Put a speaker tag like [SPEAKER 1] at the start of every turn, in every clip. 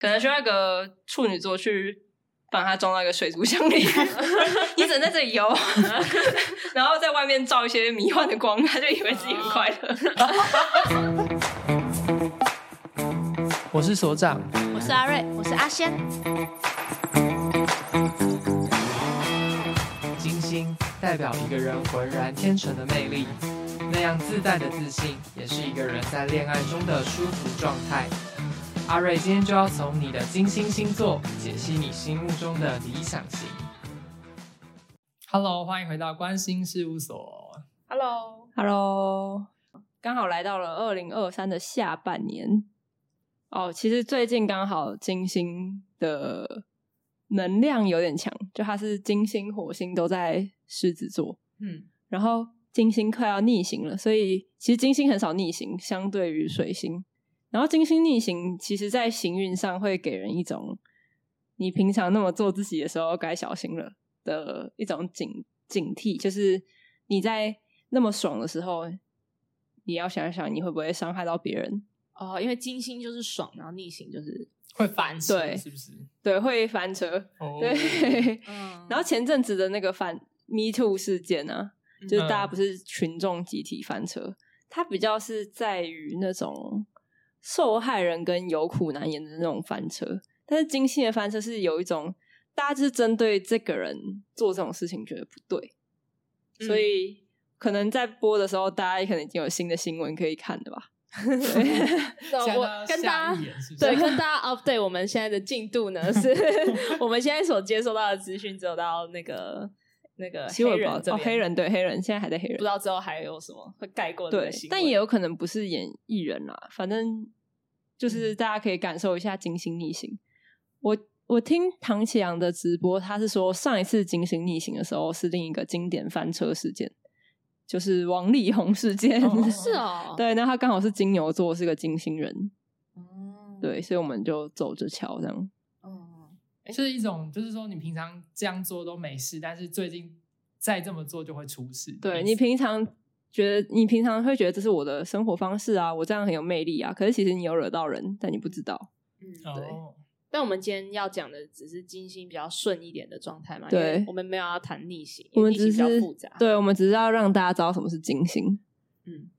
[SPEAKER 1] 可能需要一个处女座去把它装到一个水族箱 里，你只能在这里游，哦 然后在外面照一些迷幻的光，他就以为自己很快乐。
[SPEAKER 2] 我是所长，
[SPEAKER 3] 我是阿瑞，我是阿仙，
[SPEAKER 2] 金星代表一个人浑然天成的魅力，那样自带的自信，也是一个人在恋爱中的舒服状态。阿瑞今天就要从你的金星星座解析你心目中的理想型。Hello，欢迎回到关心事务所。
[SPEAKER 1] Hello Hello，刚好来到了二零二三的下半年。哦，其实最近刚好金星的能量有点强，就它是金星、火星都在狮子座，
[SPEAKER 3] 嗯，
[SPEAKER 1] 然后金星快要逆行了，所以其实金星很少逆行，相对于水星。然后金星逆行，其实在行运上会给人一种你平常那么做自己的时候该小心了的一种警警惕，就是你在那么爽的时候，你要想一想你会不会伤害到别人。
[SPEAKER 3] 哦，因为金星就是爽，然后逆行就是，
[SPEAKER 2] 会翻车
[SPEAKER 1] 对
[SPEAKER 2] 是不是？
[SPEAKER 1] 对，会翻车。
[SPEAKER 2] 哦
[SPEAKER 1] 对，
[SPEAKER 3] 嗯
[SPEAKER 1] 然后前阵子的那个反 Me Too 事件啊，就是大家不是群众集体翻车，它比较是在于那种受害人跟有苦难言的那种翻车，但是金星的翻车是有一种大家就是针对这个人做这种事情觉得不对，所以可能在播的时候，大家可能已经有新的新闻可以看的 吧。
[SPEAKER 2] 吓到
[SPEAKER 3] 我跟
[SPEAKER 2] 吓
[SPEAKER 3] 大
[SPEAKER 2] 一
[SPEAKER 3] 家。
[SPEAKER 2] 眼是不是
[SPEAKER 3] 对，跟大家 update 我们现在的进度呢， 是我们现在所接收到的资讯只有到那个那个
[SPEAKER 1] 新闻
[SPEAKER 3] 黑
[SPEAKER 1] 报
[SPEAKER 3] 人这
[SPEAKER 1] 哦，
[SPEAKER 3] 边，
[SPEAKER 1] 黑人对黑人现在还在黑人
[SPEAKER 3] 不知，道之后还有什么会盖过这个
[SPEAKER 1] 对
[SPEAKER 3] 新闻，
[SPEAKER 1] 但也有可能不是演艺人啦，反正
[SPEAKER 3] 嗯
[SPEAKER 1] 就是大家可以感受一下金星逆行。我我听唐启阳的直播，他是说上一次金星逆行的时候是另一个经典翻车事件，就是王力宏事件。
[SPEAKER 2] 哦
[SPEAKER 3] 是哦，
[SPEAKER 1] 对，那他刚好是金牛座，是个金星人，
[SPEAKER 3] 嗯，
[SPEAKER 1] 对，所以我们就走着瞧这样。
[SPEAKER 3] 嗯，
[SPEAKER 2] 就是一种，就是说你平常这样做都没事，但是最近再这么做就会出事。
[SPEAKER 1] 对你平常觉得你平常会觉得这是我的生活方式啊，我这样很有魅力啊，可是其实你有惹到人，但你不知道。
[SPEAKER 3] 嗯，对。
[SPEAKER 2] 哦，
[SPEAKER 3] 但我们今天要讲的只是金星比较顺一点的状态嘛，
[SPEAKER 1] 对
[SPEAKER 3] 因为我们没有要谈逆行，
[SPEAKER 1] 我
[SPEAKER 3] 因为
[SPEAKER 1] 们
[SPEAKER 3] 逆行
[SPEAKER 1] 只
[SPEAKER 3] 比较
[SPEAKER 1] 是
[SPEAKER 3] 复杂，，
[SPEAKER 1] 对，我们只是要让大家知道什么是金星。
[SPEAKER 3] 嗯，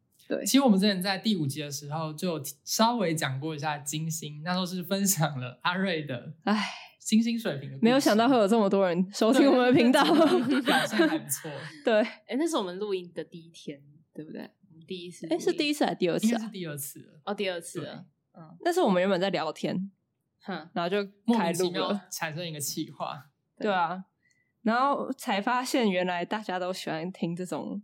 [SPEAKER 2] 其实我们之前在第五集的时候就有提稍微讲过一下金星，那时候是分享了阿瑞的
[SPEAKER 1] 唉，
[SPEAKER 2] 金星水平的故事，
[SPEAKER 1] 没有想到会有这么多人收听我们的频道。
[SPEAKER 2] 表现还不 错，
[SPEAKER 1] 对，
[SPEAKER 3] 哎，那是我们录音的第一天，对不对？我们第一次录
[SPEAKER 1] 哎，
[SPEAKER 3] 音，
[SPEAKER 1] 是第一次还是第二
[SPEAKER 2] 应
[SPEAKER 1] 次
[SPEAKER 2] 该
[SPEAKER 1] 啊？
[SPEAKER 2] 是第二次了，
[SPEAKER 3] 哦，第二次了，嗯
[SPEAKER 1] 那是我们原本在聊天，
[SPEAKER 3] 哼，
[SPEAKER 1] 然后就
[SPEAKER 2] 莫
[SPEAKER 1] 开
[SPEAKER 2] 名其
[SPEAKER 1] 录
[SPEAKER 2] 妙
[SPEAKER 1] 了。
[SPEAKER 2] 产生一个气话，
[SPEAKER 1] 对啊，然后才发现原来大家都喜欢听这种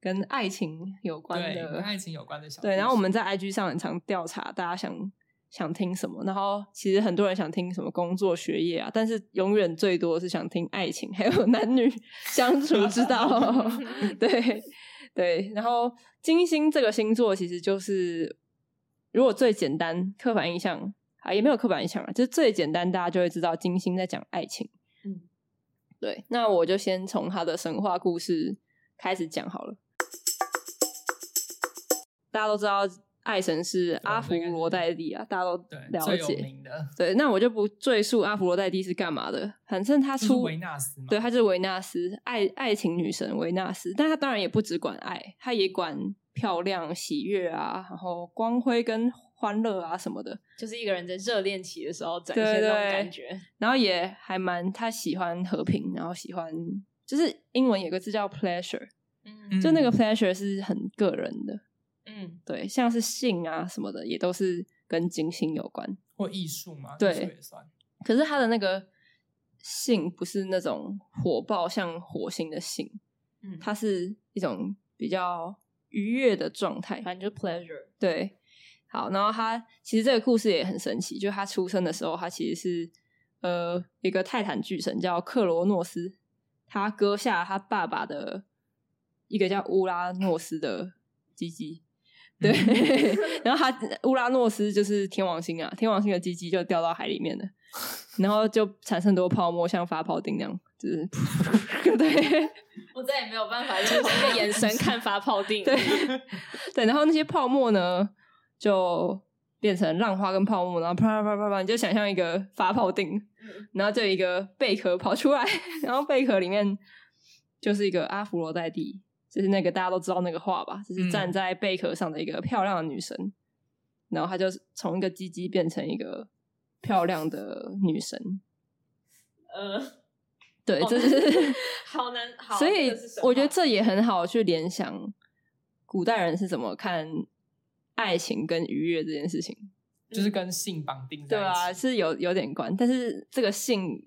[SPEAKER 1] 跟爱情有关
[SPEAKER 2] 对，
[SPEAKER 1] 的
[SPEAKER 2] 跟爱情有关的小
[SPEAKER 1] 对，
[SPEAKER 2] 故
[SPEAKER 1] 然后我
[SPEAKER 2] 事
[SPEAKER 1] 们在 IG 上很常调查大家想想听什么，然后其实很多人想听什么工作、学业啊，但是永远最多的是想听爱情，还有男女相处之 道。对对，然后金星这个星座其实就是，如果最简单刻板印象啊，也没有刻板印象啊，就是最简单大家就会知道金星在讲爱情。
[SPEAKER 3] 嗯，
[SPEAKER 1] 对，那我就先从他的神话故事开始讲好了。大家都知道爱神是阿芙罗黛蒂啊，大家都
[SPEAKER 2] 对
[SPEAKER 1] 了
[SPEAKER 2] 最有
[SPEAKER 1] 解。
[SPEAKER 2] 名的
[SPEAKER 1] 对，那我就不赘述阿芙罗黛蒂是干嘛的，反正她
[SPEAKER 2] 就是
[SPEAKER 1] 出
[SPEAKER 2] 维纳斯嘛，
[SPEAKER 1] 对，她就是维纳斯，爱爱情女神维纳斯。但她当然也不只管爱，她也管漂亮、喜悦啊，然后光辉跟欢乐啊什么的。
[SPEAKER 3] 就是一个人在热恋期的时候展
[SPEAKER 1] 对
[SPEAKER 3] 现那种
[SPEAKER 1] 对
[SPEAKER 3] 感觉，
[SPEAKER 1] 然后也还蛮她喜欢和平，然后喜欢就是英文有个字叫 pleasure，
[SPEAKER 3] 嗯
[SPEAKER 1] 就那个
[SPEAKER 2] 嗯
[SPEAKER 1] pleasure 是很个人的，
[SPEAKER 3] 嗯，
[SPEAKER 1] 对，像是性啊什么的也都是跟金星有关。
[SPEAKER 2] 或艺术嘛，艺
[SPEAKER 1] 对
[SPEAKER 2] 术也算，
[SPEAKER 1] 可是他的那个性不是那种火爆像火星的性，
[SPEAKER 3] 嗯
[SPEAKER 1] 它是一种比较愉悦的状态。
[SPEAKER 3] 反正就 pleasure，
[SPEAKER 1] 对，好，然后他其实这个故事也很神奇，就他出生的时候，他其实是呃一个泰坦巨神叫克罗诺斯，他割下他爸爸的一个叫乌拉诺斯的鸡鸡。对， 然后他乌拉诺斯就是天王星啊，天王星的鸡鸡就掉到海里面了，然后就产生很多泡沫，像发泡钉那样，就是 对，
[SPEAKER 3] 我再也没有办法用同一个眼神看发泡定，
[SPEAKER 1] 对对，然后那些泡沫呢，就变成浪花跟泡沫，然后啪啪啪啪啪，你就想象一个发泡锭，然后就有一个贝壳跑出来， 然后贝壳里面就是一个阿芙罗黛蒂，就是那个大家都知道那个画吧，就是站在贝壳上的一个漂亮的女神，然后她就从一个鸡鸡变成一个漂亮的女神，
[SPEAKER 3] 呃，
[SPEAKER 1] 对，
[SPEAKER 3] 哦
[SPEAKER 1] 这 是
[SPEAKER 3] 好难，好，
[SPEAKER 1] 所以
[SPEAKER 3] 这个是神话
[SPEAKER 1] 我觉得这也很好去联想古代人是怎么看爱情跟愉悦这件事情。
[SPEAKER 2] 就是跟性绑定
[SPEAKER 1] 嗯
[SPEAKER 2] 在
[SPEAKER 1] 对啊，
[SPEAKER 2] 一起。
[SPEAKER 1] 是有有点关，但是这个性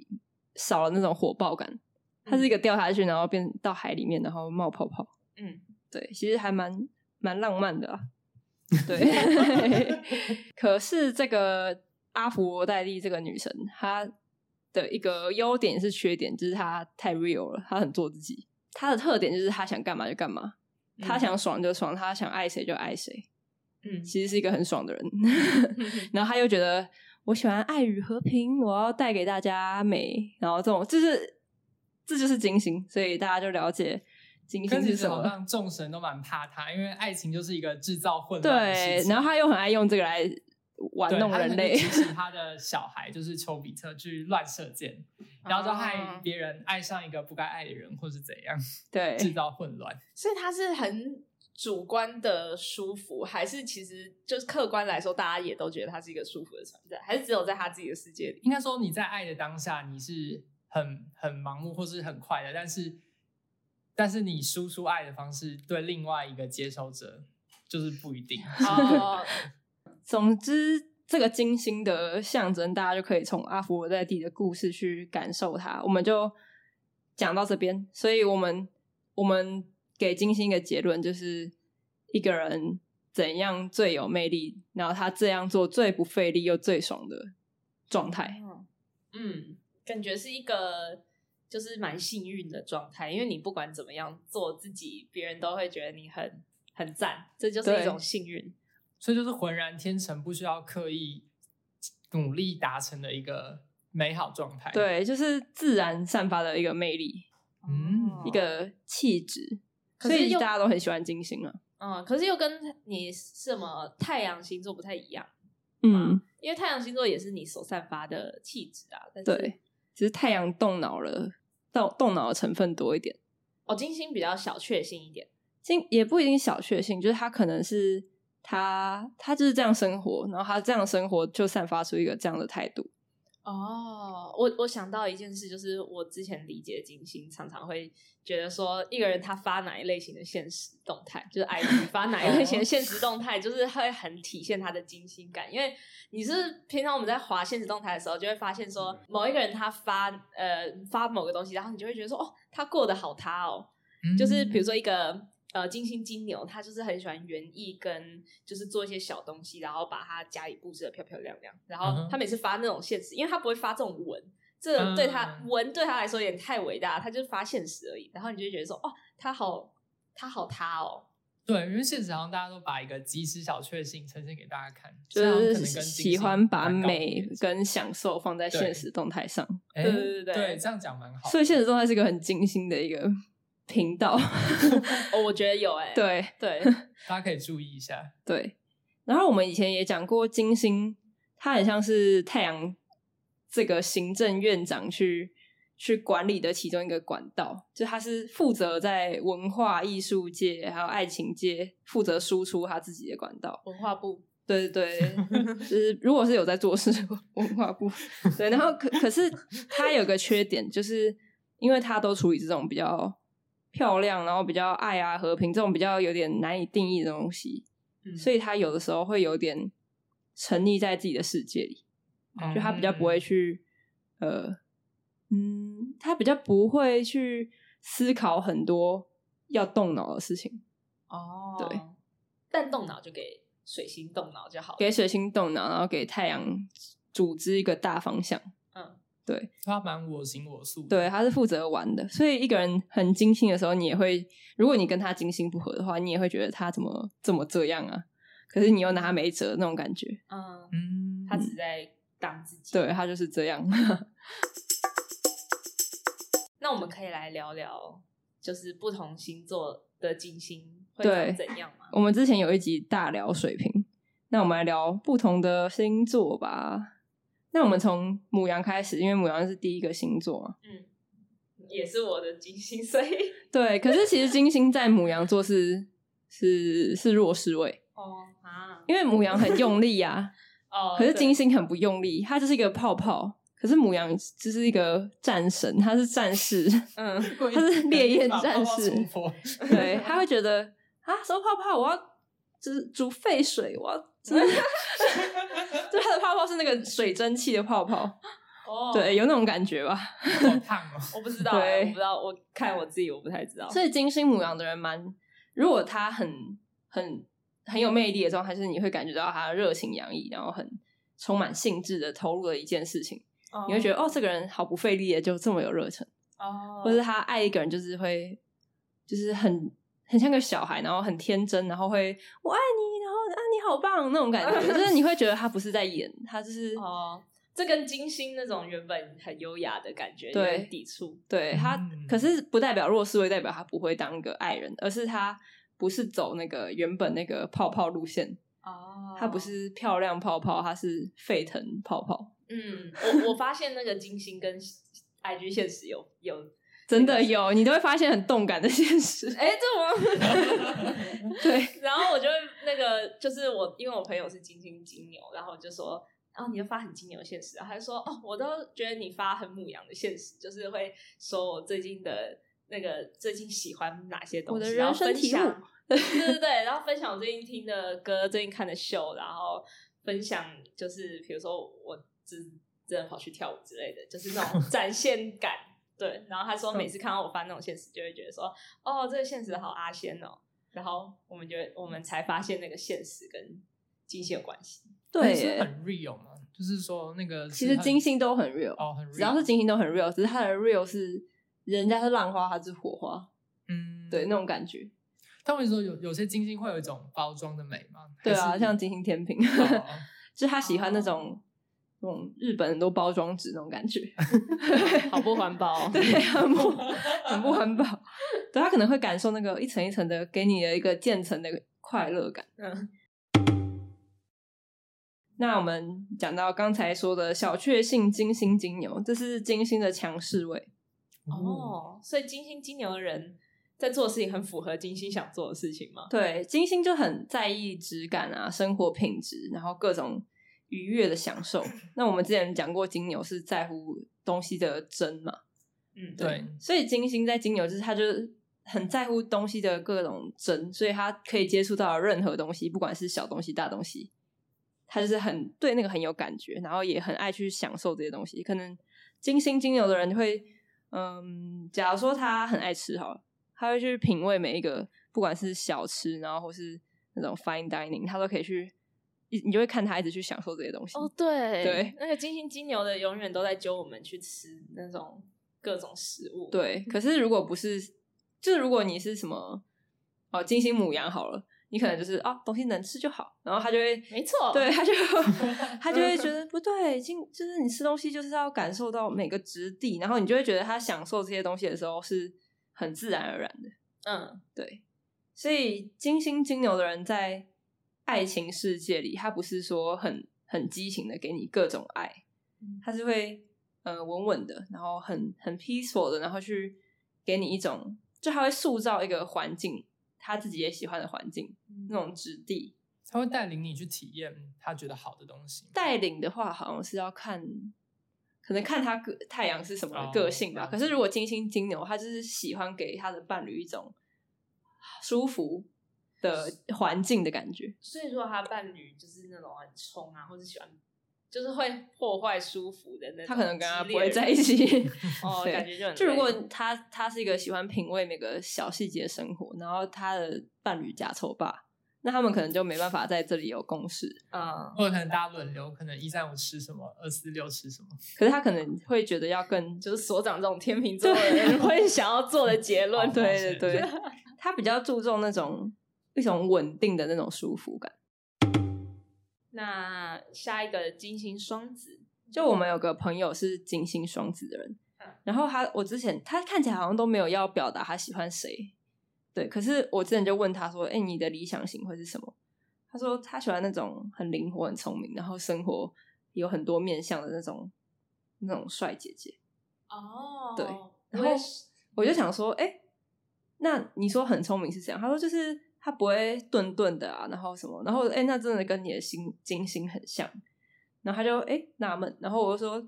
[SPEAKER 1] 少了那种火爆感，它是一个掉下去，然后变到海里面，然后冒泡泡。
[SPEAKER 3] 嗯，
[SPEAKER 1] 对，其实还蛮蛮浪漫的、啊。对， 可是这个阿芙罗黛蒂这个女神，她的一个优点是缺点，就是她太 real 了，她很做自己。她的特点就是她想干嘛就干嘛，
[SPEAKER 3] 嗯
[SPEAKER 1] 她想爽就爽，她想爱谁就爱谁。
[SPEAKER 3] 嗯
[SPEAKER 1] 其实是一个很爽的人。 然后他又觉得我喜欢爱与和平，我要带给大家美，然后这种就是这就是金星，所以大家就了解金
[SPEAKER 2] 跟
[SPEAKER 1] 星
[SPEAKER 2] 其
[SPEAKER 1] 是
[SPEAKER 2] 实
[SPEAKER 1] 什
[SPEAKER 2] 好
[SPEAKER 1] 么。
[SPEAKER 2] 像众神都蛮怕他，因为爱情就是一个制造混乱的
[SPEAKER 1] 对
[SPEAKER 2] 事，情。
[SPEAKER 1] 然后他又很爱用这个来玩
[SPEAKER 2] 对
[SPEAKER 1] 弄
[SPEAKER 2] 他
[SPEAKER 1] 人
[SPEAKER 2] 可能
[SPEAKER 1] 类
[SPEAKER 2] 就。指使他的小孩就是丘比特去乱射箭，然后就害别人爱上一个不该爱的人，或是怎样
[SPEAKER 1] 对，
[SPEAKER 2] 制造混乱。
[SPEAKER 3] 所以他是很主观的舒服，还是其实就是客观来说，大家也都觉得他是一个舒服的存在，还是只有在他自己的世界里？
[SPEAKER 2] 应该说你在爱的当下，你是很很盲目或是很快的，但是但是你输出爱的方式对另外一个接收者就是不一 定。
[SPEAKER 3] 哦，
[SPEAKER 1] 总之，这个金星的象征，大家就可以从阿佛洛代蒂的故事去感受它。我们就讲到这边，所以我们我们给金星一个结论，就是一个人怎样最有魅力，然后他这样做最不费力又最爽的状态。
[SPEAKER 3] 嗯，感觉是一个就是蛮幸运的状态，因为你不管怎么样做自己，别人都会觉得你很很赞，这就是
[SPEAKER 1] 对
[SPEAKER 3] 一种幸运。
[SPEAKER 2] 所以就是浑然天成，不需要刻意努力达成的一个美好状态。，
[SPEAKER 1] 对，就是自然散发的一个魅力，
[SPEAKER 2] 嗯
[SPEAKER 1] 一个气质，
[SPEAKER 3] 可
[SPEAKER 1] 所
[SPEAKER 3] 是
[SPEAKER 1] 以
[SPEAKER 3] 又
[SPEAKER 1] 大家都很喜欢金星啊。
[SPEAKER 3] 嗯，可是又跟你什么太阳星座不太一样，
[SPEAKER 1] 嗯，
[SPEAKER 3] 因为太阳星座也是你所散发的气质啊。但是
[SPEAKER 1] 对，只是太阳动脑了，动动脑的成分多一点。
[SPEAKER 3] 哦，金星比较小确幸一点。
[SPEAKER 1] 今也不一定小确幸，就是他可能是他他就是这样生活，然后他这样生活就散发出一个这样的态度。
[SPEAKER 3] 哦，我我想到一件事，就是我之前理解金星常常会觉得说，一个人他发哪一类型的现实动态，就是 IG 发哪一类型的现实动态，就是会很体现他的金星感。因为你是平常我们在滑现实动态的时候，就会发现说，某一个人他发呃发某个东西，然后你就会觉得说，哦，他过得好他哦，
[SPEAKER 2] 嗯
[SPEAKER 1] 嗯
[SPEAKER 3] 就是比如说一个呃金星金牛，他就是很喜欢园艺跟就是做一些小东西，然后把他家里布置的漂漂亮亮。然
[SPEAKER 2] 嗯
[SPEAKER 3] 后
[SPEAKER 2] 哼
[SPEAKER 3] 他每次发那种现实，因为他不会发这种文，这个对他、
[SPEAKER 2] 嗯
[SPEAKER 3] 文对他来说有点太伟大，他就是发现实而已。然后你就会觉得说，哦，他好，他好他哦，
[SPEAKER 2] 对，因为现实好像大家都把一个及时小确幸呈现给大家看，
[SPEAKER 1] 就
[SPEAKER 2] 这样
[SPEAKER 1] 是
[SPEAKER 2] 可能跟
[SPEAKER 1] 喜欢把
[SPEAKER 2] 金星蛮高的
[SPEAKER 1] 美跟享受放在现实动态上，
[SPEAKER 2] 哎
[SPEAKER 3] 对对对对
[SPEAKER 2] 这样讲蛮好。
[SPEAKER 1] 所以现实动态是一个很精心的一个频 道。
[SPEAKER 3] 哦，我觉得有哎、
[SPEAKER 1] 对
[SPEAKER 3] 对，
[SPEAKER 2] 大家可以注意一下。
[SPEAKER 1] 对，然后我们以前也讲过，金星它很像是太阳这个行政院长去去管理的其中一个管道，就他是负责在文化艺术界还有爱情界负责输出他自己的管道。
[SPEAKER 3] 文化部
[SPEAKER 1] 对对对，就是如果是有在做事，文化部对，然后可可是他有个缺点，就是因为他都处理这种比较漂亮，然后比较爱啊和平这种比较有点难以定义的东西，
[SPEAKER 3] 嗯
[SPEAKER 1] 所以他有的时候会有点沉溺在自己的世界里，就他比较
[SPEAKER 2] 嗯
[SPEAKER 1] 不会去呃嗯，他比较不会去思考很多要动脑的事情。
[SPEAKER 3] 哦，
[SPEAKER 1] 对，
[SPEAKER 3] 但动脑就给水星动脑就好了，
[SPEAKER 1] 给水星动脑，然后给太阳组织一个大方向。
[SPEAKER 3] 嗯
[SPEAKER 1] 对
[SPEAKER 2] 他蛮我行我素的。
[SPEAKER 1] 对，他是负责玩的，所以一个人很精心的时候，你也会，如果你跟他精心不合的话，你也会觉得他怎么这么这样啊？可是你又拿他没辙那种感觉。
[SPEAKER 3] 嗯，
[SPEAKER 2] 嗯，
[SPEAKER 3] 他只在当自己。
[SPEAKER 1] 对他就是这样。
[SPEAKER 3] 那我们可以来聊聊，就是不同星座的金星会
[SPEAKER 1] 对
[SPEAKER 3] 长怎样吗？
[SPEAKER 1] 我们之前有一集大聊水瓶，那我们来聊不同的星座吧。那我们从母羊开始，因为母羊是第一个星座嘛。
[SPEAKER 3] 嗯，也是我的金星，所 以
[SPEAKER 1] 对，可是其实金星在母羊座是是是弱势位，
[SPEAKER 3] 哦啊
[SPEAKER 1] 因为母羊很用力呀、
[SPEAKER 3] 哦，
[SPEAKER 1] 可是金
[SPEAKER 3] 对
[SPEAKER 1] 星很不用力，它就是一个泡泡。可是母羊就是一个战神，它是战士，
[SPEAKER 3] 嗯
[SPEAKER 1] 它是烈焰战士。
[SPEAKER 2] 佛，
[SPEAKER 1] 对，他会觉得啊，收泡泡，我要就是煮沸水，我要就是 就他的泡泡是那个水蒸气的泡泡，
[SPEAKER 3] 哦，
[SPEAKER 1] 对，有那种感觉吧。
[SPEAKER 2] 好烫哦！
[SPEAKER 3] 我不知道欸，
[SPEAKER 1] 对
[SPEAKER 3] 我不知道，我看我自己，我不太知道。
[SPEAKER 1] 所以金星母羊的人蛮，如果他很很很有魅力的状态，就是你会感觉到他热情洋溢，然后很充满兴致的投入了一件事情，你会觉得哦，这个人好不费力的就这么有热忱，
[SPEAKER 3] 得哦，
[SPEAKER 1] 或者他爱一个人就是会就是很。很像个小孩，然后很天真，然后会我爱你，然后啊你好棒那种感 觉，就是你会觉得他不是在演，他就是、
[SPEAKER 3] 哦，这跟金星那种原本很优雅的感觉有
[SPEAKER 1] 对
[SPEAKER 3] 点抵触。
[SPEAKER 1] 对他，
[SPEAKER 2] 嗯
[SPEAKER 1] 可是不代表弱势，会代表他不会当个爱人，而是他不是走那个原本那个泡泡路线，
[SPEAKER 3] 哦
[SPEAKER 1] 它不是漂亮泡泡，它是沸腾泡泡，
[SPEAKER 3] 嗯，我我发现那个金星跟 IG 现实有有，
[SPEAKER 1] 真的有，你都会发现很动感的现实。
[SPEAKER 3] 哎、这我。
[SPEAKER 1] 对，
[SPEAKER 3] 然后我就会那个，就是我，因为我朋友是金星金牛，然后我就说，啊，你就发很金牛的现实，然后他就说，哦，我都觉得你发很母羊的现实，就是会说我最近的那个最近喜欢哪些东西，
[SPEAKER 1] 我的
[SPEAKER 3] 然后
[SPEAKER 1] 人生
[SPEAKER 3] 分
[SPEAKER 1] 题
[SPEAKER 3] 享
[SPEAKER 1] 目
[SPEAKER 3] 对对对，然后分享我最近听的歌，最近看的秀，然后分享就是比如说我真真的跑去跳舞之类的，就是那种展现感。对，然后他
[SPEAKER 1] 嗯
[SPEAKER 3] 说每次看到我发那种现实，就会觉得说，哦，这个现实好阿仙哦。然后我们就我们才发现那个现实跟金星有关 系。
[SPEAKER 1] 对
[SPEAKER 2] 是
[SPEAKER 1] 耶，
[SPEAKER 2] 哎很 real 嘛，就是说那个是
[SPEAKER 1] 其实
[SPEAKER 2] 很
[SPEAKER 1] 金星都很 real，、
[SPEAKER 2] 哦，很 real，
[SPEAKER 1] 只要是金星都很 real，只是它的 real 是人家是浪花，它是火花，
[SPEAKER 2] 嗯，
[SPEAKER 1] 对那种感觉。
[SPEAKER 2] 他们说有有些金星会有一种包装的美嘛，
[SPEAKER 1] 对啊，
[SPEAKER 2] 还是
[SPEAKER 1] 像金星天平，
[SPEAKER 2] 哦
[SPEAKER 1] 就是他喜欢那种那种日本很多包装纸那种感觉，
[SPEAKER 3] 好不环保、哦
[SPEAKER 1] 对，很 不很不环保。对他可能会感受那个一层一层的给你的一个渐层的快乐感。
[SPEAKER 3] 嗯，
[SPEAKER 1] 那我们讲到刚才说的小确幸金星金牛，这是金星的强势位。
[SPEAKER 2] 哦，
[SPEAKER 3] 哦，所以金星金牛的人在做的事情很符合金星想做的事情吗？
[SPEAKER 1] 对，金星就很在意质感啊、生活品质，然后各种愉悦的享受。那我们之前讲过，金牛是在乎东西的真嘛，
[SPEAKER 3] 嗯，
[SPEAKER 2] 对，
[SPEAKER 1] 所以金星在金牛就是他就是很在乎东西的各种真，所以他可以接触到任何东西，不管是小东西、大东西，他就是很对那个很有感觉，然后也很爱去享受这些东西。可能金星金牛的人会，嗯，假如说他很爱吃好了，他会去品味每一个，不管是小吃，然后或是那种 fine dining，他都可以去，一你就会看他一直去享受这些东西。
[SPEAKER 3] 哦，对
[SPEAKER 1] 对，
[SPEAKER 3] 那个金星金牛的永远都在揪我们去吃那种各种食物。，
[SPEAKER 1] 对，可是如果不是，就是如果你是什么哦金星母羊好了，你可能就是啊东西能吃就好，然后他就会
[SPEAKER 3] 没错
[SPEAKER 1] 对他就他就会觉得不对，金就是你吃东西就是要感受到每个质地，然后你就会觉得他享受这些东西的时候是很自然而然的，
[SPEAKER 3] 嗯，
[SPEAKER 1] 对，所以金星金牛的人在爱情世界里，他不是说很很激情的给你各种爱，他是会呃稳稳的，然后很很 peaceful 的，然后去给你一种，就他会塑造一个环境，他自己也喜欢的环境，那种质地。
[SPEAKER 2] 他会带领你去体验他觉得好的东西，
[SPEAKER 1] 带领的话，好像是要看，可能看他个太阳是什么个性吧。
[SPEAKER 2] 哦
[SPEAKER 1] 可是如果金星金牛，他就是喜欢给他的伴侣一种舒服的环境的感觉。
[SPEAKER 3] 所以说他伴侣就是那种很冲啊，或者喜欢，就是会破坏舒服的那种。
[SPEAKER 1] 他可能跟他不会在一。起。
[SPEAKER 3] 哦，
[SPEAKER 1] 对
[SPEAKER 3] 感觉就很
[SPEAKER 1] 就如果
[SPEAKER 3] 累
[SPEAKER 1] 他他是一个喜欢品味每个小细节生活，然后他的伴侣假丑霸，那他们可能就没办法在这里有共识。呃
[SPEAKER 3] 嗯，
[SPEAKER 2] 或者可能大家轮流，可能一三五吃什么，二四六吃什么，
[SPEAKER 1] 可是他可能会觉得要更就
[SPEAKER 3] 就是是所长这种天秤座的人 会想要做的结论
[SPEAKER 2] 哦。
[SPEAKER 1] 对
[SPEAKER 2] 抱歉
[SPEAKER 1] 对对，他比较注重那种一种稳定的那种舒服感。
[SPEAKER 3] 那下一个金星双子，
[SPEAKER 1] 就我们有个朋友是金星双子的人
[SPEAKER 3] 嗯，
[SPEAKER 1] 然后他我之前他看起来好像都没有要表达他喜欢谁，对，可是我之前就问他说：“哎、你的理想型会是什么？”他说他喜欢那种很灵活、很聪明，然后生活有很多面向的那种那种帅姐姐。
[SPEAKER 3] 哦，
[SPEAKER 1] 对
[SPEAKER 3] 然
[SPEAKER 1] 然
[SPEAKER 3] 后
[SPEAKER 1] 后我就想说，哎、那你说很聪明是怎样？他说就是他不会顿顿的啊，然后什么，然后哎、诶那真的跟你的心金星很像。然后他就哎纳闷，然后我就说，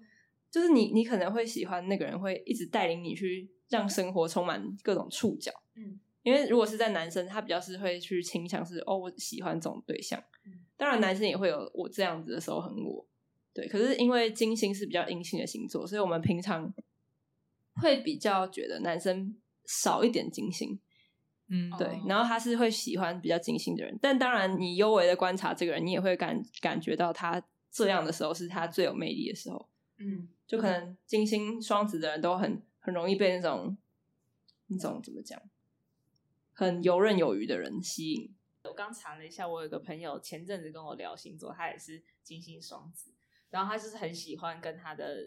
[SPEAKER 1] 就是你你可能会喜欢那个人，会一直带领你去让生活充满各种触角。
[SPEAKER 3] 嗯，
[SPEAKER 1] 因为如果是在男生，他比较是会去倾向是哦，我喜欢这种对象
[SPEAKER 3] 嗯。
[SPEAKER 1] 当然，男生也会有我这样子的时候很我，对。可是因为金星是比较阴性的星座，所以我们平常会比较觉得男生少一点金星，
[SPEAKER 2] 嗯，
[SPEAKER 1] 对。
[SPEAKER 3] 哦
[SPEAKER 1] 然后他是会喜欢比较金星的人，但当然你幽微的观察这个人，你也会感感觉到他这样的时候是他最有魅力的时候。
[SPEAKER 3] 嗯，
[SPEAKER 1] 就可能金星双子的人都很很容易被那种那种怎么讲，很游刃有余的人吸引。
[SPEAKER 3] 查了一下，我有个朋友前阵子跟我聊星座，他也是金星双子，然后他就是很喜欢跟他的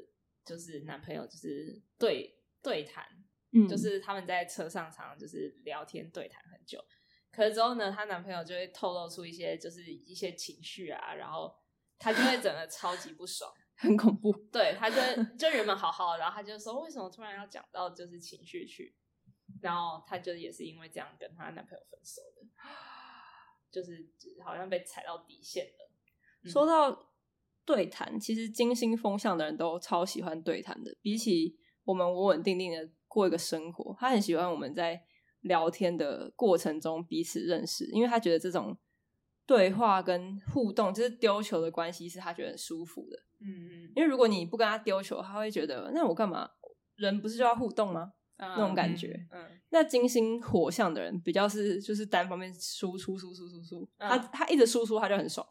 [SPEAKER 3] 就是男朋友就是对对谈，
[SPEAKER 1] 嗯
[SPEAKER 3] 就是他们在车上常常就是聊天对谈很久。可是之后呢，她男朋友就会透露出一些就是一些情绪啊，然后她就会整个超级不爽。
[SPEAKER 1] 很恐怖。
[SPEAKER 3] 对，她就会就原本好好的，然后她就说为什么突然要讲到就是情绪去？然后她就也是因为这样跟她男朋友分手的，就是好像被踩到底线了。嗯
[SPEAKER 1] 说到对谈，其实金星风向的人都超喜欢对谈的，比起我们稳稳定定的过一个生活，他很喜欢我们在聊天的过程中彼此认识，因为他觉得这种对话跟互动，就是丢球的关系，是他觉得很舒服的。
[SPEAKER 3] 嗯嗯，
[SPEAKER 1] 因为如果你不跟他丢球，他会觉得那我干嘛？人不是就要互动吗？
[SPEAKER 3] 那
[SPEAKER 1] 那种感觉。
[SPEAKER 3] 嗯
[SPEAKER 1] 那金星火象的人比较是就是单方面输出输出输出，
[SPEAKER 3] 嗯
[SPEAKER 1] 他他一直输出他就很爽。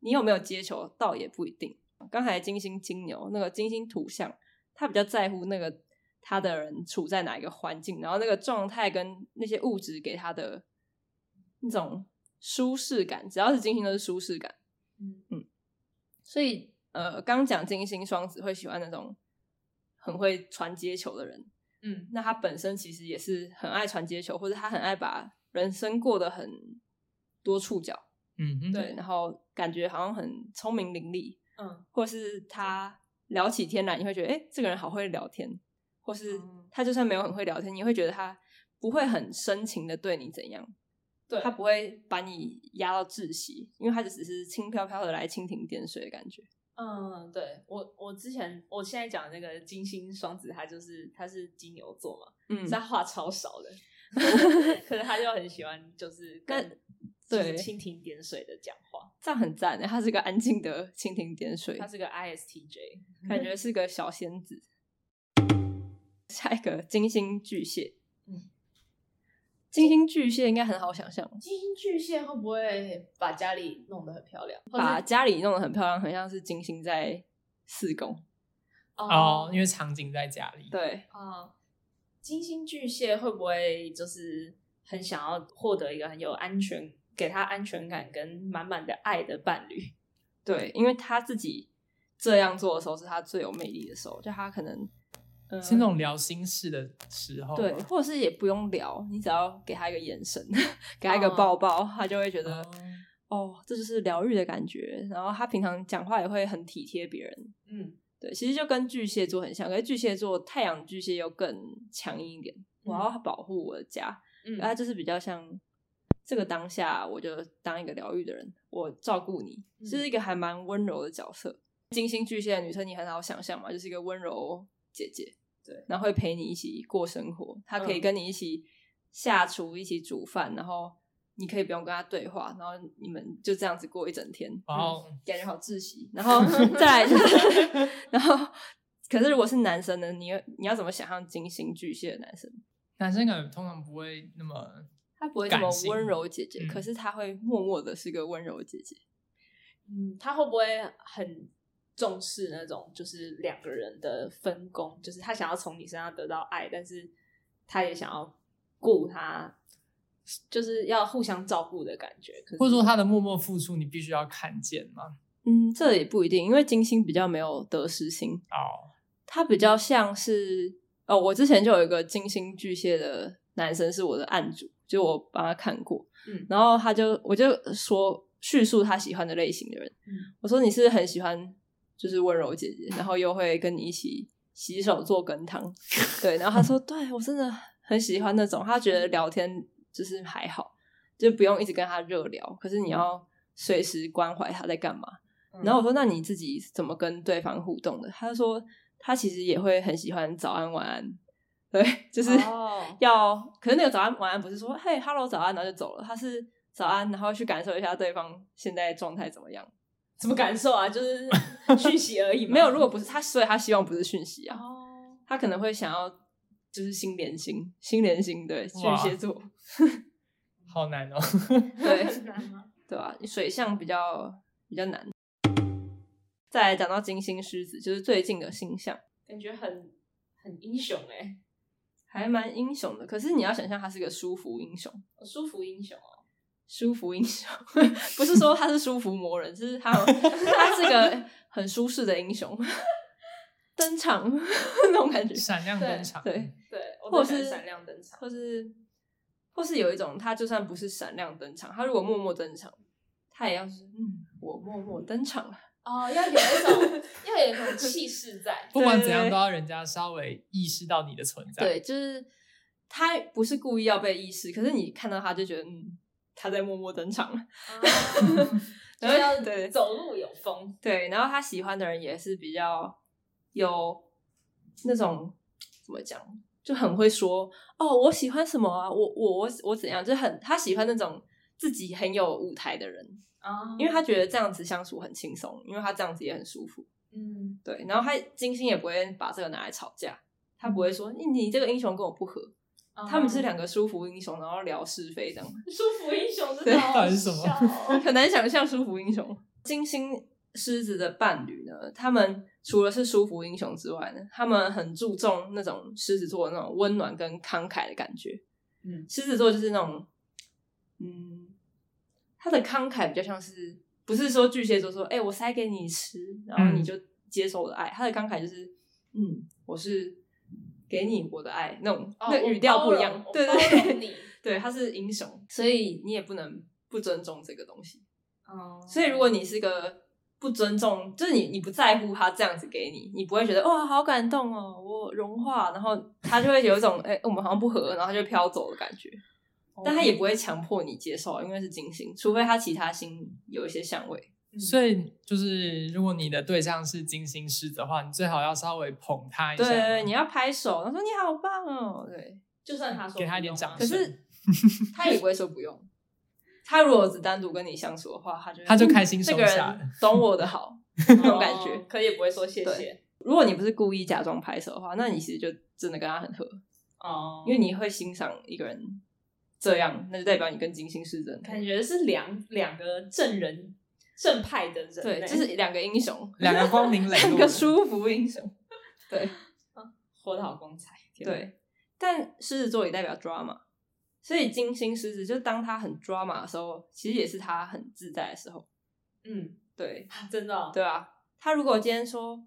[SPEAKER 1] 你有没有接球倒也不一定。刚才金星金牛那个金星土象，他比较在乎那个他的人处在哪一个环境，然后那个状态跟那些物质给他的那种舒适感，只要是金星都是舒适感。
[SPEAKER 3] 嗯
[SPEAKER 1] 所以呃，刚讲金星双子会喜欢那种很会传接球的人，
[SPEAKER 3] 嗯
[SPEAKER 1] 那他本身其实也是很爱传接球，或者他很爱把人生过得很多触角，
[SPEAKER 2] 嗯哼，
[SPEAKER 1] 对，然后感觉好像很聪明伶俐，
[SPEAKER 3] 嗯
[SPEAKER 1] 或是他聊起天来，你会觉得哎、诶这个人好会聊天，或是
[SPEAKER 3] 嗯
[SPEAKER 1] 他就算没有很会聊天，你会觉得他不会很深情的对你怎样，
[SPEAKER 3] 对，
[SPEAKER 1] 他不会把你压到窒息，因为他就只是轻飘飘的来蜻蜓点水的感觉。
[SPEAKER 3] 嗯，对我，我之前我现在讲的那个金星双子，他就是他是金牛座嘛，
[SPEAKER 1] 嗯
[SPEAKER 3] 所以他话超少 的，可是他就很喜欢就是跟
[SPEAKER 1] 那
[SPEAKER 3] 就是
[SPEAKER 1] 对
[SPEAKER 3] 蜻蜓点水的讲话，
[SPEAKER 1] 这样很赞的，欸他是个安静的蜻蜓点水
[SPEAKER 3] 他，是个 ISTJ，
[SPEAKER 1] 感觉是个小仙子。下一个金星巨蟹，
[SPEAKER 3] 嗯
[SPEAKER 1] 金星巨蟹应该很好想象，
[SPEAKER 3] 金星巨蟹会不会把家里弄得很漂亮？
[SPEAKER 1] 把家里弄得很漂亮，很像是金星在四宫。
[SPEAKER 2] 哦，因为场景在家里，，
[SPEAKER 1] 对，
[SPEAKER 3] 啊，金星巨蟹会不会就是很想要获得一个很有安全，给他安全感跟满满的爱的伴侣？
[SPEAKER 1] 对，因为他自己这样做的时候是他最有魅力的时候，就他可能，呃，
[SPEAKER 2] 是那种聊心事的时候，
[SPEAKER 1] 对，或者是也不用聊，你只要给他一个眼神， 给他一个
[SPEAKER 3] 哦
[SPEAKER 1] 抱抱，他就会觉得
[SPEAKER 2] 哦，
[SPEAKER 1] 哦，这就是疗愈的感觉。然后他平常讲话也会很体贴别人，
[SPEAKER 3] 嗯
[SPEAKER 1] 对，其实就跟巨蟹座很像，可是巨蟹座太阳巨蟹又更强硬一点，我要保护我的家，
[SPEAKER 3] 嗯
[SPEAKER 1] 他、啊就是比较像这个当下，我就当一个疗愈的人，我照顾你，
[SPEAKER 3] 嗯
[SPEAKER 1] 就是一个还蛮温柔的角色。金星巨蟹的女生，你很好想象嘛，就是一个温柔姐姐，
[SPEAKER 3] 对
[SPEAKER 1] 然后会陪你一起过生活，她可以
[SPEAKER 3] 嗯
[SPEAKER 1] 跟你一起下厨，一起煮饭，然后你可以不用跟她对话，然后你们就这样子过一整天。嗯
[SPEAKER 2] 哇哦，
[SPEAKER 1] 感觉好窒 息。然后再来就是， 然后可是如果是男生呢，你要你要怎么想象金星巨蟹的男生？
[SPEAKER 2] 男生感觉通常不会那么，
[SPEAKER 1] 他不会这么
[SPEAKER 2] 感性
[SPEAKER 1] 温柔姐姐，
[SPEAKER 2] 嗯
[SPEAKER 1] 可是他会默默的是个温柔姐姐。
[SPEAKER 3] 嗯，他会不会很重视那种就是两个人的分工？就是他想要从你身上得到爱，但是他也想要顾他，就是要互相照顾的感觉。可是
[SPEAKER 2] 或者说他的默默付出，你必须要看见嘛，
[SPEAKER 1] 嗯，这也不一定，因为金星比较没有得失心，
[SPEAKER 2] 哦，
[SPEAKER 1] 他比较像是哦，我之前就有一个金星巨蟹的男生是我的案主，就我帮他看过，
[SPEAKER 3] 嗯
[SPEAKER 1] 然后他就我就说，叙述他喜欢的类型的人，我说你是很喜欢就是温柔姐姐，然后又会跟你一起洗手做羹汤，对，然后他说对我真的很喜欢那种，他觉得聊天就是还好，就不用一直跟他热聊，可是你要随时关怀他在干嘛。嗯
[SPEAKER 3] 嗯
[SPEAKER 1] 然后我说那你自己怎么跟对方互动的？他就说他其实也会很喜欢早安晚安，对，就是
[SPEAKER 3] 哦
[SPEAKER 1] 要，可是那个早安晚安不是说嘿 hello 早安然后就走了，他是早安，然后去感受一下对方现在状态怎么样。
[SPEAKER 3] 怎么感受啊？就是 讯息而已嘛，
[SPEAKER 1] 没有，如果不是他，所以他希望不是讯息啊，
[SPEAKER 3] 哦，
[SPEAKER 1] 他可能会想要就是心连心，心连心，对，巨
[SPEAKER 2] 哇
[SPEAKER 1] 蟹座，
[SPEAKER 2] 好难哦。
[SPEAKER 1] 对
[SPEAKER 3] 很难吗？
[SPEAKER 1] 对吧、水象比较比较难。再来讲到金星狮子，就是最近的星象，
[SPEAKER 3] 感觉很很英雄哎、
[SPEAKER 1] 还蛮英雄的。可是你要想象他是个舒服英雄，
[SPEAKER 3] 舒服英雄哦，
[SPEAKER 1] 舒服英雄，不是说他是舒服魔人，是他 他是个很舒适的英雄，登场 那种感觉，
[SPEAKER 2] 闪亮登场，
[SPEAKER 1] 对，
[SPEAKER 3] 对，我
[SPEAKER 1] 或
[SPEAKER 3] 都喜
[SPEAKER 1] 是
[SPEAKER 3] 欢闪亮登场，
[SPEAKER 1] 或是或是有一种他就算不是闪亮登场，他如果默默登场，他也要是嗯，我默默登场了，
[SPEAKER 3] 哦，要有一种 要有一种气势在，
[SPEAKER 2] 不管
[SPEAKER 1] 对
[SPEAKER 2] 怎样都要人家稍微意识到你的存在。
[SPEAKER 1] 对，就是他不是故意要被意识，可是你看到他就觉得嗯，他在默默登场了，
[SPEAKER 3] 啊 然后要
[SPEAKER 1] 对
[SPEAKER 3] 走路有风，
[SPEAKER 1] 对，然后他喜欢的人也是比较有那种怎么讲，就很会说哦，我喜欢什么啊，我我我我怎样，就很他喜欢那种自己很有舞台的人，
[SPEAKER 3] 啊
[SPEAKER 1] 因为他觉得这样子相处很轻松，因为他这样子也很舒服。
[SPEAKER 3] 嗯，
[SPEAKER 1] 对，然后他金星也不会把这个拿来吵架，他不会说你你这个英雄跟我不合，
[SPEAKER 3] 哦
[SPEAKER 1] 他们是两个舒服英雄，然后聊是非这样，
[SPEAKER 3] 舒服英雄，真
[SPEAKER 1] 对
[SPEAKER 3] 的好
[SPEAKER 2] 到底是什么
[SPEAKER 3] 笑哦
[SPEAKER 1] 很难想象舒服英雄。金星狮子的伴侣呢，他们除了是舒服英雄之外呢，他们很注重那种狮子座的那种温暖跟慷慨的感觉。
[SPEAKER 3] 嗯
[SPEAKER 1] 狮子座就是那种，嗯，他的慷慨比较像是，不是说巨蟹座说，哎、我塞给你吃，然后你就接受我的爱。他的慷慨就是，嗯，我是给你我的爱，那种、
[SPEAKER 3] 哦
[SPEAKER 1] 那
[SPEAKER 3] 我
[SPEAKER 1] 语调不一
[SPEAKER 3] 包
[SPEAKER 1] 样
[SPEAKER 3] 容我，
[SPEAKER 1] 对
[SPEAKER 3] 包
[SPEAKER 1] 对
[SPEAKER 3] 容
[SPEAKER 1] 对，
[SPEAKER 3] 你，
[SPEAKER 1] 对，他是英雄，所以你也不能不尊重这个东西。
[SPEAKER 3] 哦
[SPEAKER 1] 所以如果你是个不尊重，就是你你不在乎他这样子给你，你不会觉得哇好感动哦，我融化，然后他就会有一种哎、我们好像不合，然后他就飘走的感觉。
[SPEAKER 2] 哦
[SPEAKER 1] 但他也
[SPEAKER 3] 哦
[SPEAKER 1] 不会强迫你接受，啊因为是金星，除非他其他星有一些相位。
[SPEAKER 3] 嗯
[SPEAKER 2] 所以就是，如果你的对象是金星狮子的话，你最好要稍微捧他一下，
[SPEAKER 1] 对，你要拍手，他说你好棒哦， 对，
[SPEAKER 3] 就算他说
[SPEAKER 2] 给他一
[SPEAKER 3] 不
[SPEAKER 2] 点
[SPEAKER 3] 用
[SPEAKER 2] 掌
[SPEAKER 3] 啊
[SPEAKER 2] 声。
[SPEAKER 1] 可是他也不会说不用。他如果只单独跟你相处的话，他就会
[SPEAKER 2] 他就开心
[SPEAKER 1] 嗯
[SPEAKER 2] 收
[SPEAKER 1] 这个
[SPEAKER 2] 下
[SPEAKER 1] 人懂我的好，
[SPEAKER 3] 那
[SPEAKER 1] 种感觉
[SPEAKER 3] 可也不会说谢谢
[SPEAKER 1] 对如果你不是故意假装拍手的话，那你其实就真的跟他很合，
[SPEAKER 3] 哦
[SPEAKER 1] 因为你会欣赏一个人这样，那就代表你跟金星是真
[SPEAKER 3] 感觉是两两个正人正派的人欸，
[SPEAKER 1] 对，就是两个英雄，
[SPEAKER 2] 两个 光明磊
[SPEAKER 1] 两
[SPEAKER 2] 落
[SPEAKER 1] 个，舒服英雄。对
[SPEAKER 3] 活得好光彩。天哪，
[SPEAKER 1] 对，但狮子座也代表 drama，所以金星狮子就当他很 drama 的时候，其实也是他很自在的时候。
[SPEAKER 3] 嗯，
[SPEAKER 1] 对，
[SPEAKER 3] 真的哦
[SPEAKER 1] 对啊，他如果今天说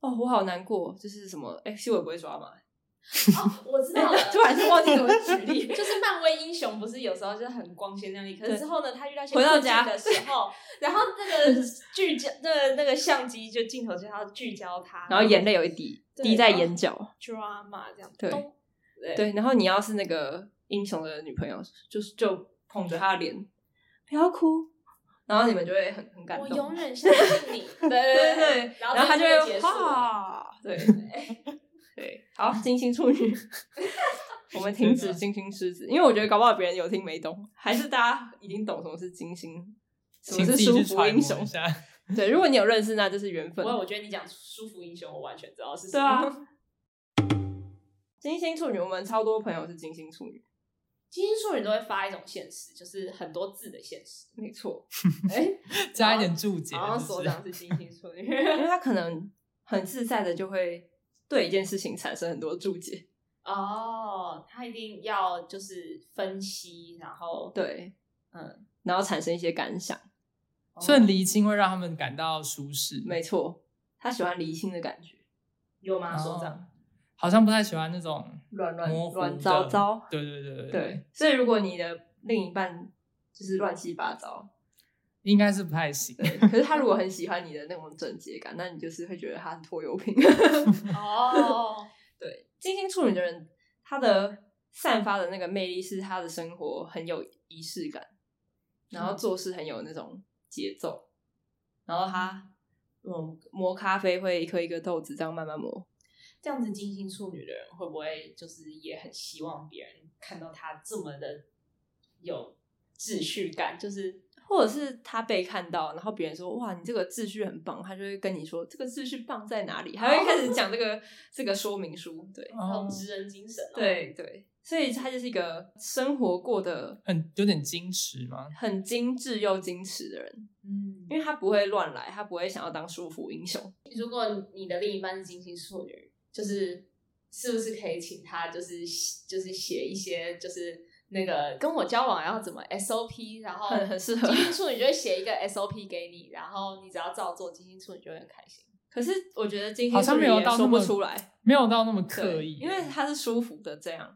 [SPEAKER 1] 哦我好难过，就是什么，哎、其实我也不会 drama，
[SPEAKER 3] 哦，我知道了。
[SPEAKER 1] 突然是忘记怎么举例。
[SPEAKER 3] 就是漫威英雄不是有时候就是很光鲜亮丽，可是
[SPEAKER 1] 对
[SPEAKER 3] 之后呢，他遇到一些
[SPEAKER 1] 回到
[SPEAKER 3] 困境
[SPEAKER 1] 家
[SPEAKER 3] 的时 候，然后那个聚焦，那个那个相机就镜头就要聚焦他，
[SPEAKER 1] 然后眼泪有一滴
[SPEAKER 3] 啊对
[SPEAKER 1] 滴在眼角，
[SPEAKER 3] drama 这样，
[SPEAKER 1] 对
[SPEAKER 3] 咚对
[SPEAKER 1] 对，然后你要是那个英雄的女朋友，就是就捧着她的脸，不要哭，然后你们就会很很感
[SPEAKER 3] 我
[SPEAKER 1] 动。
[SPEAKER 3] 永远相信你，对
[SPEAKER 1] 对
[SPEAKER 3] 对
[SPEAKER 1] 对对，
[SPEAKER 3] 然
[SPEAKER 1] 后他
[SPEAKER 3] 这
[SPEAKER 1] 就
[SPEAKER 3] 个
[SPEAKER 1] 会
[SPEAKER 3] 结束了，
[SPEAKER 1] 哇，对对，好，金星处女， 我们停止金星狮子，因为我觉得搞不好别人有听没懂，还是大家已经懂什么是金星，什么
[SPEAKER 2] 请
[SPEAKER 1] 是
[SPEAKER 2] 自己
[SPEAKER 1] 舒
[SPEAKER 2] 去
[SPEAKER 1] 服
[SPEAKER 2] 揣
[SPEAKER 1] 英
[SPEAKER 2] 摩一
[SPEAKER 1] 雄。
[SPEAKER 2] 下。
[SPEAKER 1] 对，如果你有认识，那就是缘
[SPEAKER 3] 不
[SPEAKER 1] 分
[SPEAKER 3] 过。我觉得你讲舒服英雄，我完全知道是什
[SPEAKER 1] 对
[SPEAKER 3] 么。
[SPEAKER 1] 啊，金星处女，我们超多朋友是金星处女，
[SPEAKER 3] 金星处女都会发一种现实，就是很多字的现实。
[SPEAKER 1] 没错。
[SPEAKER 3] 哎、
[SPEAKER 2] 加
[SPEAKER 1] 哦
[SPEAKER 2] 一点注解，
[SPEAKER 3] 好像
[SPEAKER 2] 就
[SPEAKER 3] 所
[SPEAKER 2] 是
[SPEAKER 3] 长是金星处女
[SPEAKER 1] 因为他可能很自在的就会对一件事情产生很多注解。
[SPEAKER 3] 哦，他一定要就是分析，然后，
[SPEAKER 1] 对，
[SPEAKER 3] 嗯，
[SPEAKER 1] 然后产生一些感想。
[SPEAKER 3] 哦
[SPEAKER 2] 所以厘清会让他们感到舒适。
[SPEAKER 1] 哦没错，他喜欢离心的感觉，
[SPEAKER 3] 有吗？
[SPEAKER 2] 哦
[SPEAKER 3] 所长，
[SPEAKER 2] 好像不太喜欢那种
[SPEAKER 1] 乱乱
[SPEAKER 2] 模糊的
[SPEAKER 1] 乱糟糟。
[SPEAKER 2] 对对对对
[SPEAKER 1] 对，所以如果你的另一半就是乱七八糟，
[SPEAKER 2] 应该是不太行。
[SPEAKER 1] 可是他如果很喜欢你的那种整洁感，那你就是会觉得他是拖油瓶。
[SPEAKER 3] 哦，
[SPEAKER 1] 对，金星处女的人，他的散发的那个魅力是他的生活很有仪式感，然后做事很有那种节奏，然后他嗯磨咖啡会一颗一颗豆子这样慢慢磨。
[SPEAKER 3] 这样子金星处女的人会不会就是也很希望别人看到他这么的有秩序感？就是
[SPEAKER 1] 或者是他被看到，然后别人说哇，你这个秩序很棒，他就会跟你说这个秩序棒在哪里，还会开始讲这个这个说明书。对
[SPEAKER 3] 很
[SPEAKER 2] 哦，
[SPEAKER 3] 职人精神、哦，
[SPEAKER 1] 对对，所以他就是一个生活过得
[SPEAKER 2] 很有点矜持嘛。
[SPEAKER 1] 很精致又矜持的人，
[SPEAKER 3] 嗯，
[SPEAKER 1] 因为他不会乱来，他不会想要当舒服英雄。
[SPEAKER 3] 如果你的另一半是金星处女，就是是不是可以请他就是就是写一些就是那个跟我交往要怎么 SOP，然
[SPEAKER 2] 哦
[SPEAKER 3] 后
[SPEAKER 1] 很很适合
[SPEAKER 3] 金星处女就会写一个 SOP 给你，然后你只要照做，金星处女就会很开心。
[SPEAKER 1] 可是我觉得今
[SPEAKER 2] 好
[SPEAKER 1] 天
[SPEAKER 2] 像没有到
[SPEAKER 1] 说
[SPEAKER 2] 那
[SPEAKER 1] 不
[SPEAKER 2] 么
[SPEAKER 1] 出来，，
[SPEAKER 2] 没有到那么刻
[SPEAKER 1] 对
[SPEAKER 2] 意，
[SPEAKER 1] 因为他是舒服的这样，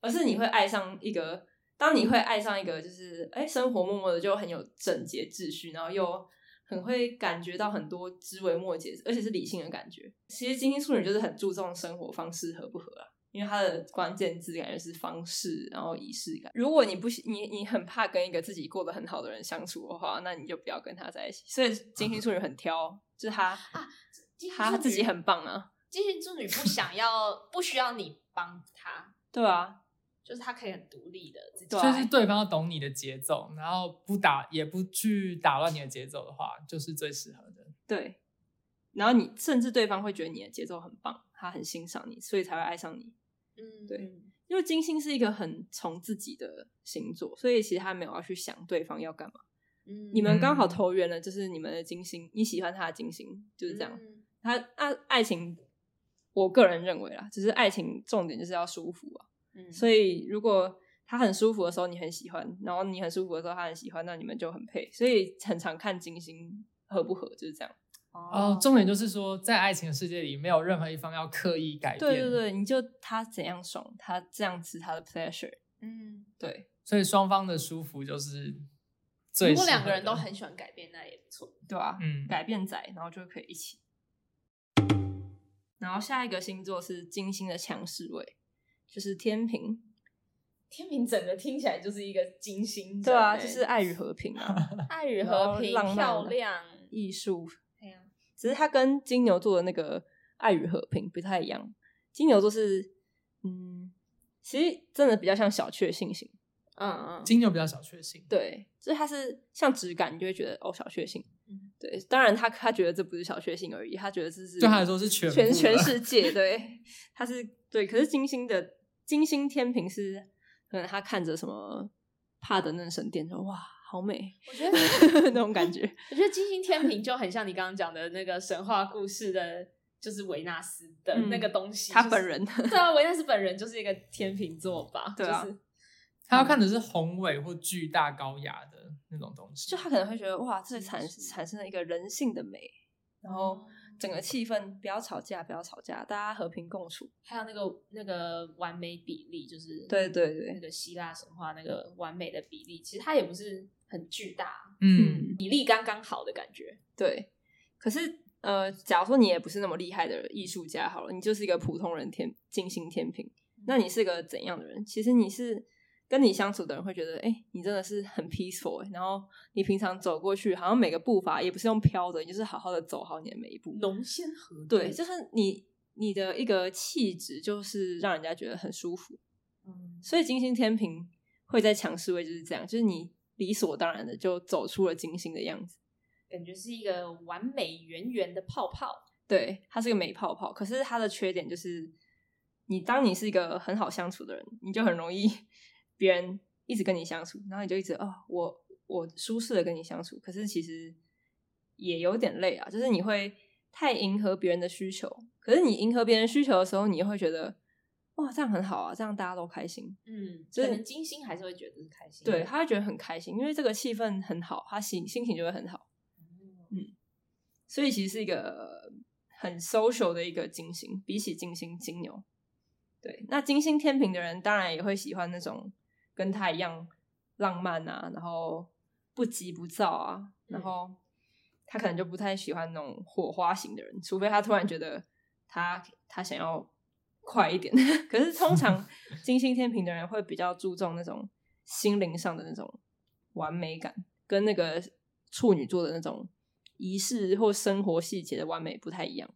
[SPEAKER 1] 而是你会爱上一
[SPEAKER 2] 嗯
[SPEAKER 1] 个，嗯当你会爱上一个，就是哎、生活默默的就很有整洁秩序，然后又很会感觉到很多枝微末节，而且是理性的感觉。其实金星处女就是很注重生活方式合不合啊。因为它的关键字感觉是方式，然后仪式感。如果你不喜你你很怕跟一个自己过得很好的人相处的话，那你就不要跟他在一起。所以金星处女很挑，就是他
[SPEAKER 3] 啊金星处
[SPEAKER 1] 他
[SPEAKER 3] 女
[SPEAKER 1] 自己很棒啊，
[SPEAKER 3] 金星处女不想要不需要你帮他，
[SPEAKER 1] 对啊，
[SPEAKER 3] 就是他可以很独立的自己
[SPEAKER 1] 对。啊
[SPEAKER 2] 就是对方要懂你的节奏，然后不打也不去打乱你的节奏的话，就是最适合的。
[SPEAKER 1] 对，然后你甚至对方会觉得你的节奏很棒，他很欣赏你，所以才会爱上你。
[SPEAKER 3] 嗯，
[SPEAKER 1] 对因为金星是一个很从自己的星座，所以其实他没有要去想对方要干嘛。
[SPEAKER 3] 嗯，
[SPEAKER 1] 你们刚好投缘了，就是你们的金星，你喜欢他的金星，就是这样。
[SPEAKER 3] 嗯
[SPEAKER 1] 他爱爱情，我个人认为啦，只是爱情重点就是要舒服啊。
[SPEAKER 3] 嗯
[SPEAKER 1] 所以如果他很舒服的时候你很喜欢，然后你很舒服的时候他很喜欢，那你们就很配。所以很常看金星合不合，就是这样。
[SPEAKER 2] 哦，重点就是说，在爱情的世界里，没有任何一方要刻意改变。
[SPEAKER 1] 对对。对，你就他怎样爽，他这样吃他的 pleasure。
[SPEAKER 3] 嗯，
[SPEAKER 1] 对
[SPEAKER 2] 所以双方的舒服就是最。
[SPEAKER 3] 如果两个人都，很喜欢改变，那也不错。
[SPEAKER 1] 对啊，
[SPEAKER 2] 嗯，
[SPEAKER 1] 改变仔，然后就可以一起。然后下一个星座是金星的强势位，就是天平。
[SPEAKER 3] 天平整个听起来就是一个金星人
[SPEAKER 1] 对啊，
[SPEAKER 3] 欸
[SPEAKER 1] 就是爱与和平啊，
[SPEAKER 3] 爱与
[SPEAKER 1] 然
[SPEAKER 3] 和
[SPEAKER 1] 后
[SPEAKER 3] 平、
[SPEAKER 1] 浪漫
[SPEAKER 3] 漂
[SPEAKER 1] 的
[SPEAKER 3] 亮，
[SPEAKER 1] 艺术。
[SPEAKER 3] 对啊呀，
[SPEAKER 1] 只是它跟金牛座的那个爱与和平不太一样。金牛座是，嗯，其实真的比较像小确幸型。
[SPEAKER 3] 嗯嗯，
[SPEAKER 2] 金牛比较小确幸。
[SPEAKER 1] 对，就是它是像质感，你就会觉得哦小确幸
[SPEAKER 3] 嗯。
[SPEAKER 1] 对，当然他他觉得这不是小确幸而已，他觉得这是
[SPEAKER 2] 对他来说是全部
[SPEAKER 1] 全
[SPEAKER 2] 的
[SPEAKER 1] 全世界，对，他是对。可是金星的金星天平是，可能他看着什么帕德嫩神殿，说哇好 美
[SPEAKER 3] 我觉得
[SPEAKER 1] 那种感觉。
[SPEAKER 3] 我觉得金星天平就很像你刚刚讲的那个神话故事的，就是维纳斯的
[SPEAKER 1] 嗯
[SPEAKER 3] 那个东西，
[SPEAKER 1] 他
[SPEAKER 3] 就是
[SPEAKER 1] 本人
[SPEAKER 3] 对啊，维纳斯本人就是一个天秤座吧？
[SPEAKER 1] 对啊
[SPEAKER 3] 就是
[SPEAKER 2] 他要看的是宏伟或巨大高雅的那种东西。
[SPEAKER 1] 就他可能会觉得哇， 这产
[SPEAKER 3] 是
[SPEAKER 1] 产生了一个人性的美，然后整个气氛不要吵架，不要吵架，大家和平共处。
[SPEAKER 3] 还有那个那个完美比例，就是
[SPEAKER 1] 对对
[SPEAKER 3] 那
[SPEAKER 1] 对，
[SPEAKER 3] 个希腊神话那个完美的比例，其实它也不是很巨大，
[SPEAKER 2] 嗯，
[SPEAKER 3] 比例刚刚好的感觉。
[SPEAKER 1] 对，可是呃，假如说你也不是那么厉害的艺术家好了，你就是一个普通人天金星天平，那你是个怎样的人？其实你是跟你相处的人会觉得，哎、你真的是很 peaceful，、欸、然后你平常走过去，好像每个步伐也不是用飘的，你就是好好的走好你的每一步。
[SPEAKER 3] 浓鲜合
[SPEAKER 1] 对，就是你你的一个气质，就是让人家觉得很舒服。
[SPEAKER 3] 嗯
[SPEAKER 1] 所以金星天平会在强势位就是这样，就是你理所当然的就走出了金星的样子。
[SPEAKER 3] 感觉是一个完美圆圆的泡泡。
[SPEAKER 1] 对，它是个美泡泡，可是它的缺点就是，你当你是一个很好相处的人，你就很容易 别人一直跟你相处，然后你就一直哦，我我舒适的跟你相处，可是其实也有点累啊，就是你会太迎合别人的需求，可是你迎合别人需求的时候，你也会觉得哇，这样很好啊，这样大家都开心，
[SPEAKER 3] 嗯，
[SPEAKER 1] 就是
[SPEAKER 3] 可能金星还是会觉得是开心的。
[SPEAKER 1] 对，他会觉得很开心，因为这个气氛很好，他心心情就会很好，
[SPEAKER 3] 嗯
[SPEAKER 1] 所以其实是一个很 social 的一个金星，比起金星金牛，对，那金星天平的人当然也会喜欢那种跟他一样浪漫啊，然后不急不躁啊，然后他可能就不太喜欢那种火花型的人，除非他突然觉得他他想要快一点。 可是通常金星天平的人会比较注重那种心灵上的那种完美感，跟那个处女座的那种仪式或生活细节的完美不太一样。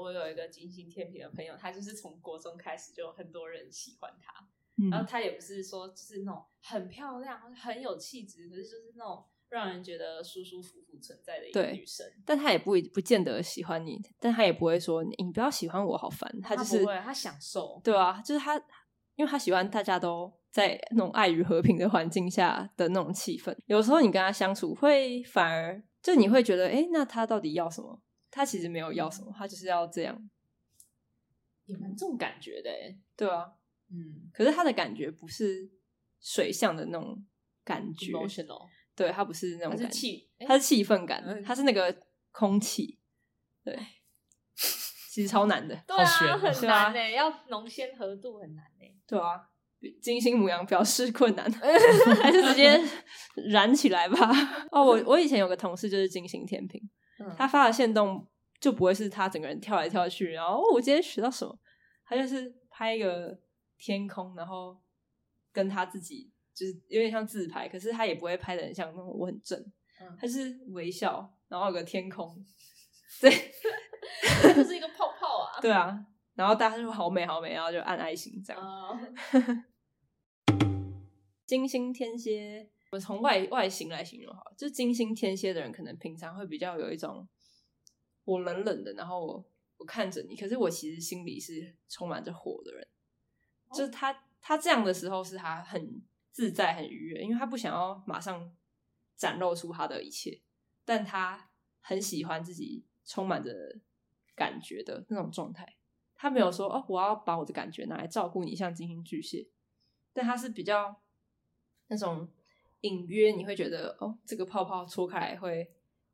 [SPEAKER 3] 我有一个金星天平的朋友，他就是从国中开始就有很多人喜欢他，
[SPEAKER 1] 嗯
[SPEAKER 3] 然后她也不是说就是那种很漂亮、很有气质，可是就是那种让人觉得舒舒服服存在的一个
[SPEAKER 1] 对
[SPEAKER 3] 女生。
[SPEAKER 1] 但他也不一不见得喜欢你，但他也不会说你你不要喜欢我，好烦。他就是
[SPEAKER 3] 不会，她享受。
[SPEAKER 1] 对啊，就是他，因为他喜欢大家都在那种爱与和平的环境下的那种气氛。有时候你跟他相处，会反而就你会觉得，哎、那他到底要什么？他其实没有要什么，他就是要这样。
[SPEAKER 3] 也蛮这种感觉的、欸，
[SPEAKER 1] 对啊，
[SPEAKER 3] 嗯
[SPEAKER 1] 可是他的感觉不是水象的那种感觉，
[SPEAKER 3] ，emotional，
[SPEAKER 1] 对他不是那
[SPEAKER 3] 她
[SPEAKER 1] 种
[SPEAKER 3] 是
[SPEAKER 1] 感觉，
[SPEAKER 3] 气，
[SPEAKER 1] 他
[SPEAKER 3] 她
[SPEAKER 1] 是气氛感，
[SPEAKER 3] 嗯
[SPEAKER 1] 他是那个空气，对，其实超难的。
[SPEAKER 3] 对
[SPEAKER 2] 好悬
[SPEAKER 3] 啊，
[SPEAKER 2] 哦
[SPEAKER 3] 很
[SPEAKER 1] 是
[SPEAKER 3] 难
[SPEAKER 1] 吧
[SPEAKER 3] 呢、要浓鲜合度很难欸 呢、
[SPEAKER 1] 对啊，金星母羊表示困 难，
[SPEAKER 3] 嗯
[SPEAKER 1] 还是直接燃起来吧。哦，我我以前有个同事就是金星天平，
[SPEAKER 3] 嗯，
[SPEAKER 1] 他发的线动就不会是他整个人跳来跳去，然后、哦、我今天学到什么，他就是拍一个天空，然后跟他自己就是有点像自拍，可是他也不会拍的很像那种我很正，
[SPEAKER 3] 嗯
[SPEAKER 1] 他是微笑，然后有个天空， 对
[SPEAKER 3] 她就是一个泡泡啊。
[SPEAKER 1] 对啊，然后大家就说好美好美，然后就按爱心这样。
[SPEAKER 3] 啊，
[SPEAKER 1] 金星天蝎，我从外外形来形容好了，就金星天蝎的人，可能平常会比较有一种我冷冷的，然后我我看着你，可是我其实心里是充满着火的人。就是他他这样的时候，是他很自在、很愉悦，因为他不想要马上展露出他的一切，但他很喜欢自己充满着感觉的那种状态。他没有说哦，我要把我的感觉拿来照顾你，像金星巨蟹，但他是比较那种隐约，你会觉得哦，这个泡泡搓开来会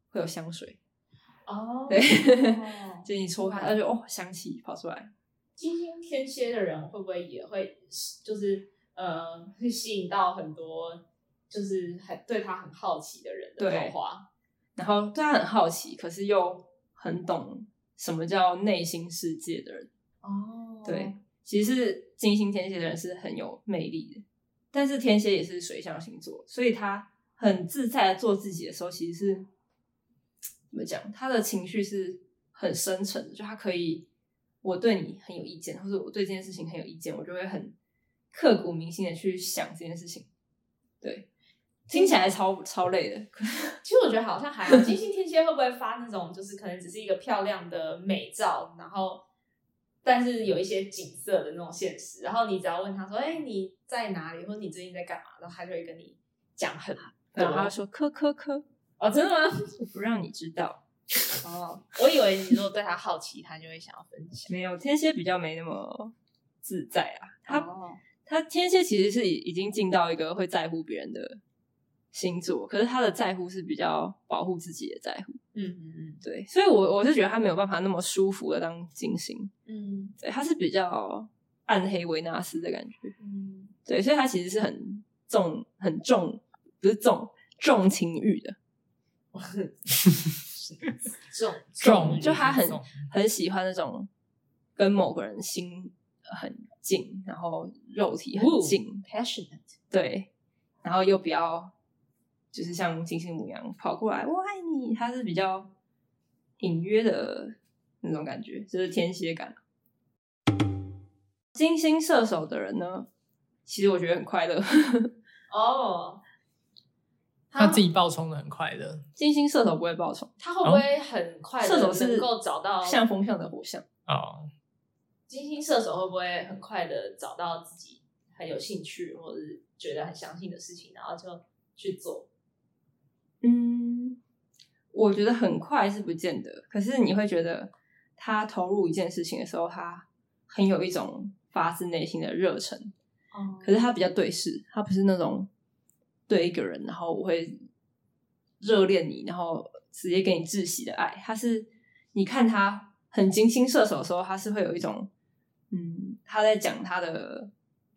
[SPEAKER 1] 会有香水，
[SPEAKER 3] 哦
[SPEAKER 1] 对，
[SPEAKER 3] 哦
[SPEAKER 1] 就你搓开，而且哦，香气跑出来，
[SPEAKER 3] 金星天蝎的人会不会也会就是呃，会吸引到很多就是很对他很好奇的人的
[SPEAKER 1] 对
[SPEAKER 3] 火花？
[SPEAKER 1] 然后对他很好奇，可是又很懂什么叫内心世界的人，
[SPEAKER 3] 哦
[SPEAKER 1] 对，其实是金星天蝎的人是很有魅力的，但是天蝎也是水象星座，所以他很自在的做自己的时候，其实是怎么讲？他的情绪是很深沉的，就他可以，我对你很有意见，或者我对这件事情很有意见，我就会很刻骨铭心的去想这件事情。对，听起来超超累的，可
[SPEAKER 3] 其实我觉得好像还好，金星天蝎会不会发那种就是可能只是一个漂亮的美照，然后但是有一些景色的那种现实，然后你只要问他说：“哎、你在哪里？”或者你最近在干嘛？然后他就会跟你讲很多。
[SPEAKER 1] 然后他就说科科科，
[SPEAKER 3] 哦，真的吗？
[SPEAKER 1] 我不让你知道。
[SPEAKER 3] 哦，我以为你如果对他好奇，他就会想要分享。
[SPEAKER 1] 没有天蝎比较没那么自在啊，他
[SPEAKER 3] 哦，
[SPEAKER 1] 他天蝎其实是已已经进到一个会在乎别人的星座，可是他的在乎是比较保护自己的在乎，
[SPEAKER 3] 嗯嗯
[SPEAKER 1] 对，所以我我是觉得他没有办法那么舒服的当金星，
[SPEAKER 3] 嗯嗯
[SPEAKER 1] 对，他是比较暗黑维纳斯的感觉，
[SPEAKER 3] 嗯，
[SPEAKER 1] 对，所以他其实是很重很重，不是重重情欲的，
[SPEAKER 3] 重
[SPEAKER 2] 重
[SPEAKER 1] 就他很
[SPEAKER 2] 重
[SPEAKER 1] 很喜欢那种跟某个人心很近，然后肉体很
[SPEAKER 3] 哦
[SPEAKER 1] 近，
[SPEAKER 3] passionate。
[SPEAKER 1] 对，然后又比较就是像金星母羊跑过来，我爱你，它是比较隐约的那种感觉，就是天蝎感。啊金星射手的人呢，其实我觉得很快乐。
[SPEAKER 3] 哦，
[SPEAKER 2] 他自己爆冲的很快乐
[SPEAKER 1] 金星射手不会报仇，
[SPEAKER 3] 他会不会很快
[SPEAKER 1] 哦射手
[SPEAKER 3] 的
[SPEAKER 1] 是
[SPEAKER 3] 能够找到
[SPEAKER 1] 像风象的火象，
[SPEAKER 2] 哦，
[SPEAKER 3] 金星射手会不会很快的找到自己很有兴趣或者是觉得很相信的事情，然后就去做？
[SPEAKER 1] 嗯，我觉得很快是不见得，可是你会觉得他投入一件事情的时候，他很有一种发自内心的热忱，
[SPEAKER 3] 哦
[SPEAKER 1] 可是他比较对视，他不是那种对一个人，然后我会热恋你，然后直接给你窒息的爱。他是你看他很精心射手的时候，他是会有一种嗯，他在讲他的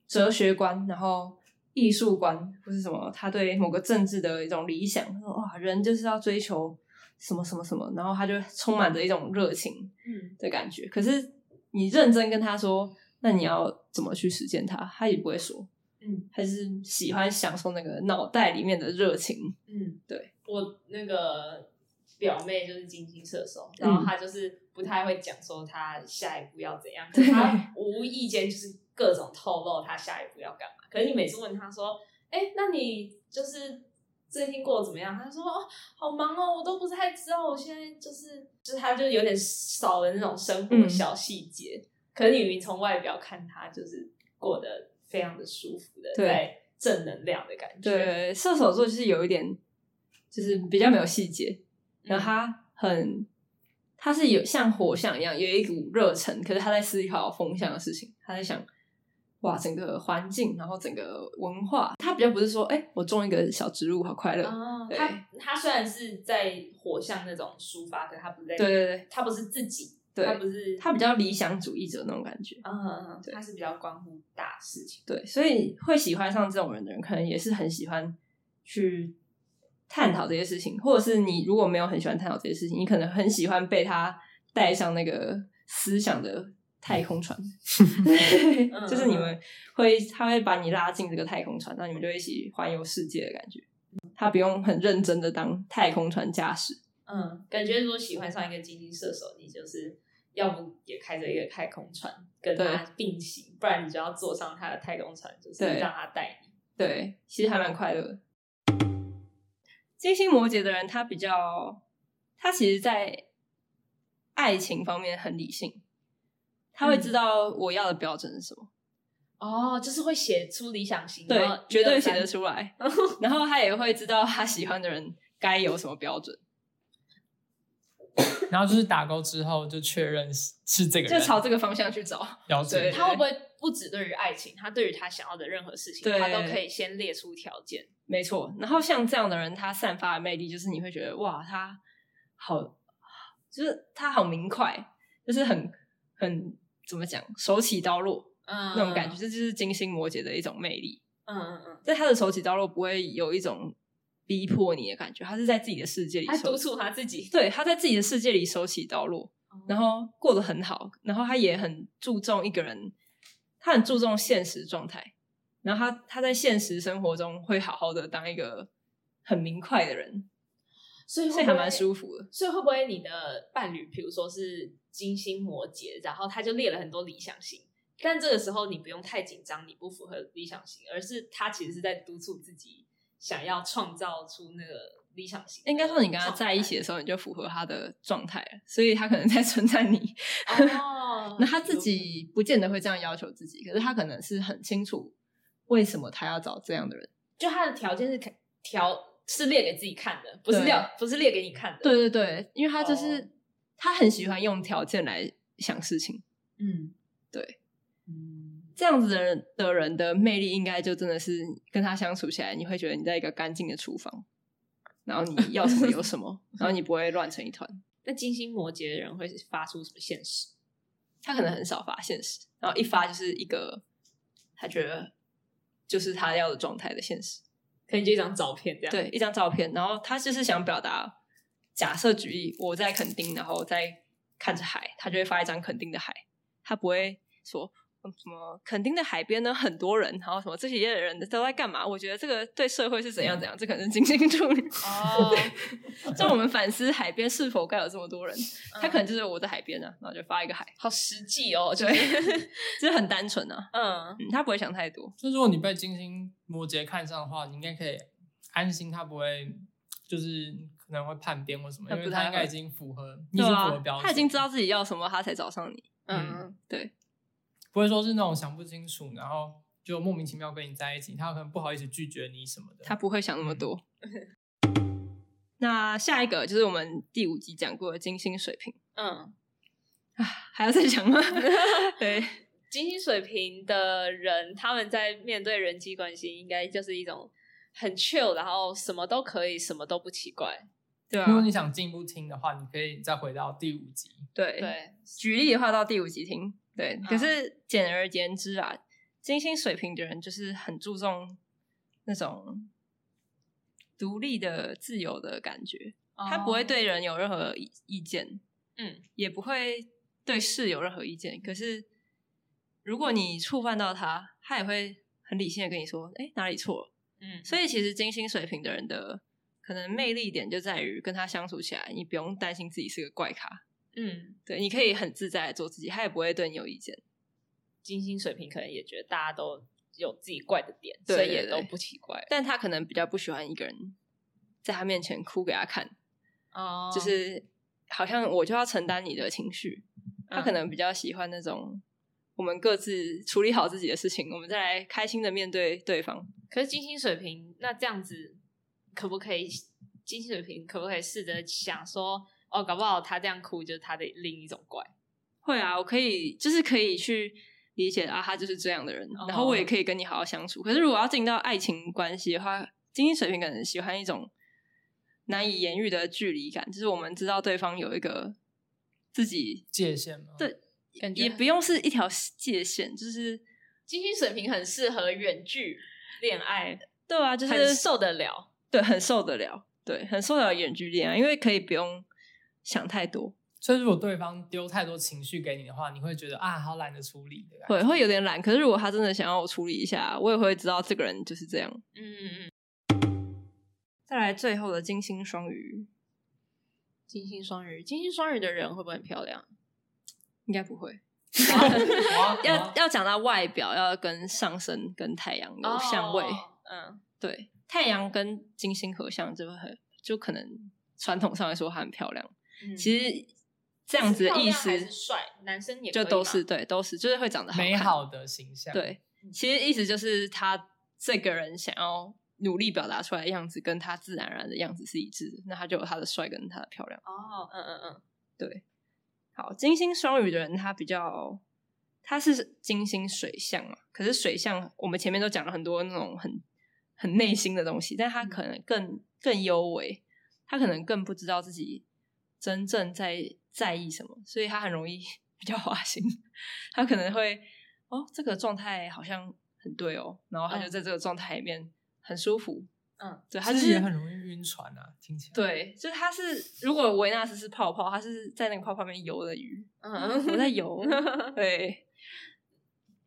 [SPEAKER 1] 哲学观，然后艺术观，或是什么他对某个政治的一种理想，他说哇，人就是要追求什么什么什么，然后他就充满着一种热情
[SPEAKER 3] 嗯，
[SPEAKER 1] 的感觉。可是你认真跟他说，那你要怎么去实践它，他也不会说。
[SPEAKER 3] 嗯，
[SPEAKER 1] 他是喜欢享受那个脑袋里面的热情。
[SPEAKER 3] 嗯，
[SPEAKER 1] 对，
[SPEAKER 3] 我那个表妹就是金星射手，然
[SPEAKER 1] 嗯
[SPEAKER 3] 后她就是不太会讲说她下一步要怎样，可
[SPEAKER 1] 对
[SPEAKER 3] 她无意间就是各种透露她下一步要干嘛。可是你每次问她说，哎、那你就是最近过得怎么样？她说哦，好忙哦，我都不太知道，我现在就是就是她就有点少了那种生活
[SPEAKER 1] 嗯
[SPEAKER 3] 小细节。可是你明明从外表看她就是过得非常的舒服的，
[SPEAKER 1] 对
[SPEAKER 3] 在正能量的感觉，
[SPEAKER 1] 对，射手座就是有一点，就是比较没有细节，
[SPEAKER 3] 嗯
[SPEAKER 1] 然后他很，他是有像火象一样有一股热忱，可是他在思考风向的事情，他在想。哇，整个环境，然后整个文化，他比较不是说，哎、我种一个小植物，好快乐。
[SPEAKER 3] 哦，
[SPEAKER 1] 对
[SPEAKER 3] 他他虽然是在火象那种抒发，可他不是在，
[SPEAKER 1] 对对对，
[SPEAKER 3] 他不是自己，
[SPEAKER 1] 对
[SPEAKER 3] 他不是
[SPEAKER 1] 他比较理想主义者那种感觉。
[SPEAKER 3] 嗯，嗯，嗯
[SPEAKER 1] 对
[SPEAKER 3] 他是比较关乎大事情，
[SPEAKER 1] 对，所以会喜欢上这种人的人，可能也是很喜欢去探讨这些事情，或者是你如果没有很喜欢探讨这些事情，你可能很喜欢被他带上那个思想的太空船，就是你们会他会把你拉进这个太空船，那你们就一起环游世界的感觉。他不用很认真的当太空船驾驶，
[SPEAKER 3] 嗯，感觉如果喜欢上一个金星射手，你就是要不也开着一个太空船跟他并行，不然你就要坐上他的太空船，就是
[SPEAKER 1] 对
[SPEAKER 3] 让他带你。
[SPEAKER 1] 对，其实还蛮快乐的。金星摩羯的人，他比较，他其实，在爱情方面很理性，他
[SPEAKER 3] 嗯
[SPEAKER 1] 会知道我要的标准是什么，
[SPEAKER 3] 哦，就是会写出理想型，
[SPEAKER 1] 对
[SPEAKER 3] 然后，
[SPEAKER 1] 绝对
[SPEAKER 3] 一二
[SPEAKER 1] 写
[SPEAKER 3] 三
[SPEAKER 1] 得出 来。然后他也会知道他喜欢的人该有什么标准，
[SPEAKER 2] 然后就是打勾之后就确认是是这个
[SPEAKER 1] 就
[SPEAKER 2] 人，
[SPEAKER 1] 朝这个方向去找。
[SPEAKER 2] 了解
[SPEAKER 1] 对
[SPEAKER 3] 他会不会不只对于爱情，他对于他想要的任何事情，
[SPEAKER 1] 对
[SPEAKER 3] 他都可以先列出条件。
[SPEAKER 1] 没错，然后像这样的人，他散发的魅力就是你会觉得哇，他好，就是他好明快，就是很很怎么讲，手起刀落。
[SPEAKER 3] 嗯，
[SPEAKER 1] 那种感觉，这就是金星摩羯的一种魅力。
[SPEAKER 3] 嗯嗯嗯，
[SPEAKER 1] 但他的手起刀落不会有一种逼迫你的感觉，他是在自己的世界里
[SPEAKER 3] 他
[SPEAKER 1] 手
[SPEAKER 3] 督，促哦他自己，
[SPEAKER 1] 对，他在自己的世界里手起刀落，然后过得很好，然后他也很注重一个人，他很注重现实状态，然后他他在现实生活中会好好的当一个很明快的人，
[SPEAKER 3] 所以
[SPEAKER 1] 所以还蛮
[SPEAKER 3] 服。
[SPEAKER 1] 舒服的。
[SPEAKER 3] 所以会不会你的伴侣，比如说是金星摩羯，然后他就列了很多理想型，但这个时候你不用太紧张，你不符合理想型，而是他其实是在督促自己想要创造出那个理想型。
[SPEAKER 1] 应该说，你跟他
[SPEAKER 3] 哎
[SPEAKER 1] 在一起的时候，你就符合他的状态了，所以他可能在 称赞你，，
[SPEAKER 3] 哦
[SPEAKER 1] 那他自己不见得会这样要求自己，可是他可能是很清楚为什么他要找这样的人。
[SPEAKER 3] 就他的条件是可条是列给自己看的，不是
[SPEAKER 1] 对
[SPEAKER 3] 列不是列给你看的。
[SPEAKER 1] 对，对对，因为他就是、
[SPEAKER 3] 哦
[SPEAKER 1] 他很喜欢用条件来想事情，
[SPEAKER 3] 嗯，
[SPEAKER 1] 对，
[SPEAKER 3] 嗯，
[SPEAKER 1] 这样子的人的人的魅力，应该就真的是跟他相处起来，你会觉得你在一个干净的厨房，然后你要什么有什 么，然后你不会乱成一团。
[SPEAKER 3] 那金星摩羯的人会发出什么现实？
[SPEAKER 1] 他可能很少发现实，然后一发就是一个他觉得就是他要的状态的现实。
[SPEAKER 3] 可能就一张照片这样。，
[SPEAKER 1] 对，一张照片，然后他就是想表达，假设举例，我在垦丁，然后在看着海，他就会发一张垦丁的海，他不会说嗯什么垦丁的海边呢很多人，然后什么这些人都在干嘛？我觉得这个对社会是怎样怎样，这可能是金星处 女，
[SPEAKER 3] 哦，
[SPEAKER 1] 就我们反思海边是否该有这么多人，他可能就是我在海边啊，然后就发一个海，
[SPEAKER 3] 嗯好实际哦，就
[SPEAKER 1] 对
[SPEAKER 3] 是，
[SPEAKER 1] 就是很单纯啊，
[SPEAKER 3] 嗯，
[SPEAKER 1] 嗯，他不会想太多，
[SPEAKER 2] 就如果你被金星摩羯看上的话，你应该可以安心，他不会就是可能会叛变或什么，
[SPEAKER 1] 他
[SPEAKER 2] 因
[SPEAKER 1] 不
[SPEAKER 2] 为
[SPEAKER 1] 太
[SPEAKER 2] 他
[SPEAKER 1] 会
[SPEAKER 2] 应该已经符合，你已
[SPEAKER 1] 对
[SPEAKER 2] 经符合
[SPEAKER 1] 啊
[SPEAKER 2] 标，准，
[SPEAKER 1] 他已经知道自己要什么，他才找上你，
[SPEAKER 3] 嗯，
[SPEAKER 2] 不会说是那种想不清楚，然后就莫名其妙跟你在一起，他可能不好意思拒绝你什么的。
[SPEAKER 1] 他不会想那么多。那下一个就是我们第五集讲过的金星水平
[SPEAKER 3] 嗯，
[SPEAKER 1] 啊，还要再讲吗？ 对，
[SPEAKER 3] 金星水平的人，他们在面对人际关系，应该就是一种很 chill，然后什么都可以，什么都不奇怪。
[SPEAKER 1] 对
[SPEAKER 2] 如果
[SPEAKER 1] 啊，
[SPEAKER 2] 你想进一步听的话，你可以再回到第五集。
[SPEAKER 1] 对。
[SPEAKER 3] 对，
[SPEAKER 1] 举例的话，到第五集听。对，
[SPEAKER 3] 嗯
[SPEAKER 1] 可是简而言之啊，金星水平的人就是很注重那种独立的、自由的感觉。他不
[SPEAKER 3] 哦
[SPEAKER 1] 会对人有任何意意见，
[SPEAKER 3] 嗯，
[SPEAKER 1] 也不会对事有任何意见。可是如果你触犯到他，他也会很理性的跟你说：“哎、哪里错了？”
[SPEAKER 3] 嗯，
[SPEAKER 1] 所以其实金星水平的人的可能魅力点就在于跟他相处起来，你不用担心自己是个怪咖，
[SPEAKER 3] 嗯，
[SPEAKER 1] 对，你可以很自在的做自己，他也不会对你有意见。
[SPEAKER 3] 金星水平可能也觉得大家都有自己怪的点，
[SPEAKER 1] 对
[SPEAKER 3] 所以也
[SPEAKER 1] 对
[SPEAKER 3] 都
[SPEAKER 1] 对
[SPEAKER 3] 不奇怪。
[SPEAKER 1] 但他可能比较不喜欢一个人在他面前哭给他看，
[SPEAKER 3] 哦
[SPEAKER 1] 就是好像我就要承担你的情绪。他
[SPEAKER 3] 嗯
[SPEAKER 1] 可能比较喜欢那种我们各自处理好自己的事情，我们再来开心的面对对方。
[SPEAKER 3] 可是金星水平，那这样子可不可以？金星水平可不可以试着想说，哦，搞不好他这样哭就是他的另一种怪。
[SPEAKER 1] 会啊，我可以就是可以去理解啊，他就是这样的人，
[SPEAKER 3] 哦
[SPEAKER 1] 然后我也可以跟你好好相处。可是如果要进到爱情关系的话，经济水平可能喜欢一种难以言喻的距离感，就是我们知道对方有一个自己
[SPEAKER 4] 界限吗？
[SPEAKER 1] 对
[SPEAKER 3] 感
[SPEAKER 1] 也不用是一条界限，就是
[SPEAKER 3] 金星水平很适合远距恋爱，
[SPEAKER 1] 对啊，就是
[SPEAKER 3] 很受得了。
[SPEAKER 1] 对，很受得了，对，很受得了远距恋爱，因为可以不用想太多，
[SPEAKER 4] 所以如果对方丢太多情绪给你的话，你会觉得啊，好懒得处理的感 觉。
[SPEAKER 1] 会会有点懒。可是如果他真的想要我处理一下，我也会知道这个人就是这样。
[SPEAKER 3] 嗯嗯，
[SPEAKER 1] 再来最后的金星双鱼，
[SPEAKER 3] 金星双鱼，金星双鱼的人会不会很漂亮？
[SPEAKER 1] 应该不会。
[SPEAKER 4] 哇
[SPEAKER 3] 哦
[SPEAKER 1] 要要讲到外表，要跟上升跟太阳有相位。
[SPEAKER 3] 哦嗯，
[SPEAKER 1] 对，太阳跟金星合相就会很，就可能传统上来说它很漂亮。
[SPEAKER 3] 实
[SPEAKER 1] 其实这样子的意思，
[SPEAKER 3] 帅，男生也可以啊
[SPEAKER 1] 就
[SPEAKER 3] 吗
[SPEAKER 1] 都是对，都是就是会长得好看
[SPEAKER 4] 美好的形象，，
[SPEAKER 1] 对，其实意思就是他这个人想要努力表达出来的样子，跟他自然而然的样子是一致的，那他就有他的帅跟他的漂亮。
[SPEAKER 3] 哦，嗯嗯嗯，
[SPEAKER 1] 对，好，金星双鱼的人，他比较他是金星水象嘛，可是水象我们前面都讲了很多那种很很内心的东西，
[SPEAKER 4] 嗯
[SPEAKER 1] 但他可能更更幽微，他可能更不知道自己真正在在意什么，所以他很容易 比较花心，他可能会哦这个状态好像很对哦，然后他就
[SPEAKER 3] 嗯
[SPEAKER 1] 在这个状态里面很舒服，
[SPEAKER 3] 嗯，
[SPEAKER 1] 对，他
[SPEAKER 4] 他
[SPEAKER 1] 就
[SPEAKER 4] 其实
[SPEAKER 1] 是
[SPEAKER 4] 也很容易晕船啊，听起来。
[SPEAKER 1] 对，就是它是，如果维纳斯是泡泡，它是在那个泡泡里面游的鱼，
[SPEAKER 3] 嗯
[SPEAKER 1] 啊我在游。对，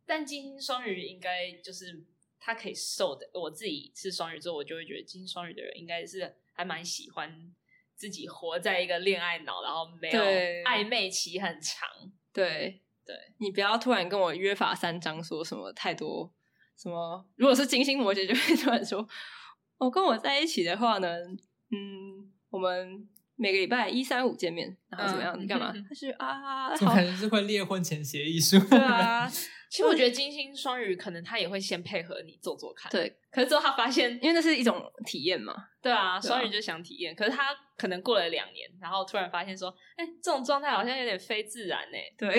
[SPEAKER 3] 但金星双鱼应该就是他可以受的。我自己是双鱼座，我就会觉得金星双鱼的人应该是还蛮喜欢自己活在一个恋爱脑，然后没有
[SPEAKER 1] 对
[SPEAKER 3] 暧昧期很长。
[SPEAKER 1] 对，
[SPEAKER 3] 对，
[SPEAKER 1] 你不要突然跟我约法三章，说什么太多什么，如果是金星摩羯，就会突然说，我、跟我在一起的话呢，嗯，我们每个礼拜一三五见面，然后怎么样？
[SPEAKER 3] 嗯
[SPEAKER 1] 你干嘛？他是啊，
[SPEAKER 4] 怎么
[SPEAKER 1] 好
[SPEAKER 4] 感，觉是会猎婚前协议书？
[SPEAKER 1] 对啊，
[SPEAKER 3] 其实我觉得金星双鱼可能他也会先配合你做做看，。
[SPEAKER 1] 对，
[SPEAKER 3] 可是之后他发现，
[SPEAKER 1] 因为那是一种体验嘛，
[SPEAKER 3] 对啊，双鱼就想体验，可是他可能过了两年，然后突然发现说，哎、这种状态好像有点非自然哎、
[SPEAKER 1] 对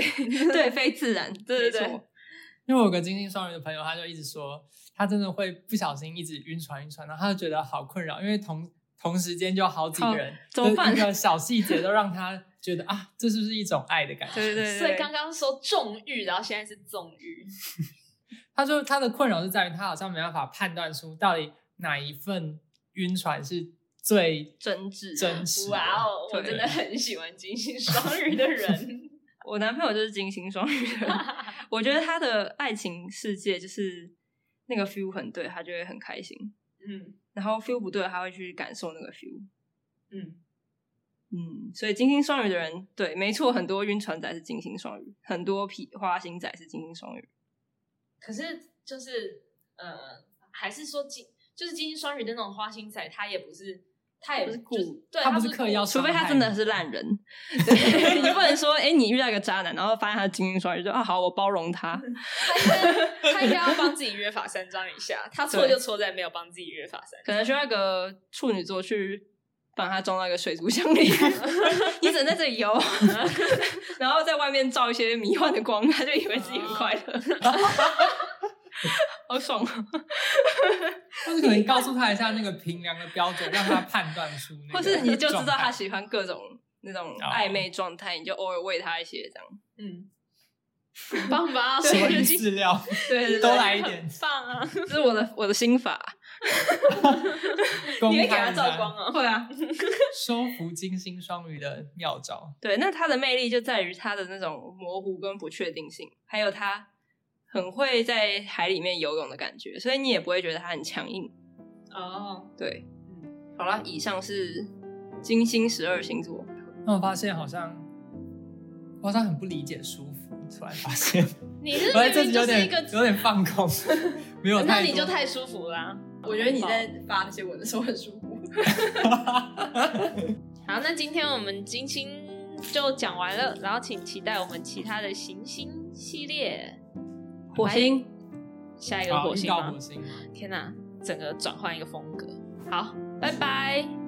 [SPEAKER 1] 对，非自然，
[SPEAKER 3] 对对对
[SPEAKER 1] 没错
[SPEAKER 4] 因为我有个金星双鱼的朋友，他就一直说，他真的会不小心一直晕船晕船，然后他就觉得好困扰，因为同同时间就有好几个人，
[SPEAKER 1] 怎么办
[SPEAKER 4] 就是一个小细节都让他觉得啊，这是不是一种爱的感觉？
[SPEAKER 1] 对对对，
[SPEAKER 3] 所以刚刚说纵欲，然后现在是纵欲，
[SPEAKER 4] 他说他的困扰是在于他好像没办法判断出到底哪一份晕船是最
[SPEAKER 1] 真挚啊
[SPEAKER 4] 真实的。
[SPEAKER 3] 哇哦，我
[SPEAKER 1] 对
[SPEAKER 3] 真的很喜欢金星双鱼 的人。
[SPEAKER 1] 我男朋友就是金星双鱼的人，我觉得他的爱情世界就是那个 feel 很对，他就会很开心；
[SPEAKER 3] 嗯
[SPEAKER 1] 然后 feel 不对，他会去感受那个 feel。
[SPEAKER 3] 嗯，
[SPEAKER 1] 嗯，所以金星双鱼的人，对，没错，很多晕船仔是金星双鱼，很多皮花心仔是金星双鱼。
[SPEAKER 3] 可是就是呃，还是说金就是金星双鱼的那种花心仔，他也不是，他也
[SPEAKER 1] 不是
[SPEAKER 3] 就
[SPEAKER 1] 故
[SPEAKER 3] 对，
[SPEAKER 4] 他不
[SPEAKER 3] 是
[SPEAKER 4] 是刻意要
[SPEAKER 3] 故
[SPEAKER 1] 除非他真的是烂人，对，你不能说，哎、你遇到一个渣男，然后发现他是金星双鱼，就啊，好，我包容他。
[SPEAKER 3] 他应该他应该要帮自己约法三章一下，他错就错在没有帮自己约法三章，
[SPEAKER 1] 可能需要一个处女座去把它装到一个水族箱里， 你只能在这里游， 然后在外面照一些迷幻的光，他就以为自己很快乐， 好爽啊！
[SPEAKER 4] 或是可能告诉他一下那个评量的标准，让他判断出那个
[SPEAKER 1] 或是你就知道他
[SPEAKER 4] 状态
[SPEAKER 1] 喜欢各种那种暧昧状态，你就偶尔喂他一些这样。
[SPEAKER 3] 嗯，很棒吧？所
[SPEAKER 4] 什
[SPEAKER 3] 以
[SPEAKER 4] 么
[SPEAKER 3] 就
[SPEAKER 4] 鱼
[SPEAKER 3] 金
[SPEAKER 4] 饲料
[SPEAKER 1] 对对
[SPEAKER 4] 都
[SPEAKER 1] 对，
[SPEAKER 4] 来一点
[SPEAKER 3] 很。棒啊！
[SPEAKER 1] 这是我的我的心法。
[SPEAKER 2] 公
[SPEAKER 3] 你会给他
[SPEAKER 2] 开一
[SPEAKER 3] 照
[SPEAKER 2] 下
[SPEAKER 3] 光哦。
[SPEAKER 1] 会啊，
[SPEAKER 2] 收服金星双鱼的妙招。
[SPEAKER 1] 对，那它的魅力就在于它的那种模糊跟不确定性，还有它很会在海里面游泳的感觉，所以你也不会觉得它很强硬。
[SPEAKER 3] 哦，
[SPEAKER 1] 对，嗯，好啦，以上是金星十二星座，
[SPEAKER 2] 那我发现好像，我好像很不理解舒服，突然发现，
[SPEAKER 3] 你是
[SPEAKER 2] 我
[SPEAKER 3] 明
[SPEAKER 2] 这
[SPEAKER 3] 明
[SPEAKER 2] 集
[SPEAKER 3] 就
[SPEAKER 2] 有
[SPEAKER 3] 是一
[SPEAKER 2] 点
[SPEAKER 3] 个，
[SPEAKER 2] 有点放空， 没有
[SPEAKER 3] 那
[SPEAKER 2] 太
[SPEAKER 3] 你就
[SPEAKER 2] 多
[SPEAKER 3] 太舒服啊啦、
[SPEAKER 1] 我觉得你在发那些文的时候很舒服。
[SPEAKER 3] 好，那今天我们金星就讲完了，然后请期待我们其他的行星系列，
[SPEAKER 1] 火星，
[SPEAKER 3] 下一个
[SPEAKER 2] 好
[SPEAKER 3] 火
[SPEAKER 2] 遇
[SPEAKER 3] 星
[SPEAKER 2] 到
[SPEAKER 3] 吗
[SPEAKER 2] 火？星。
[SPEAKER 3] 天哪、整个转换一个风格。好，拜拜。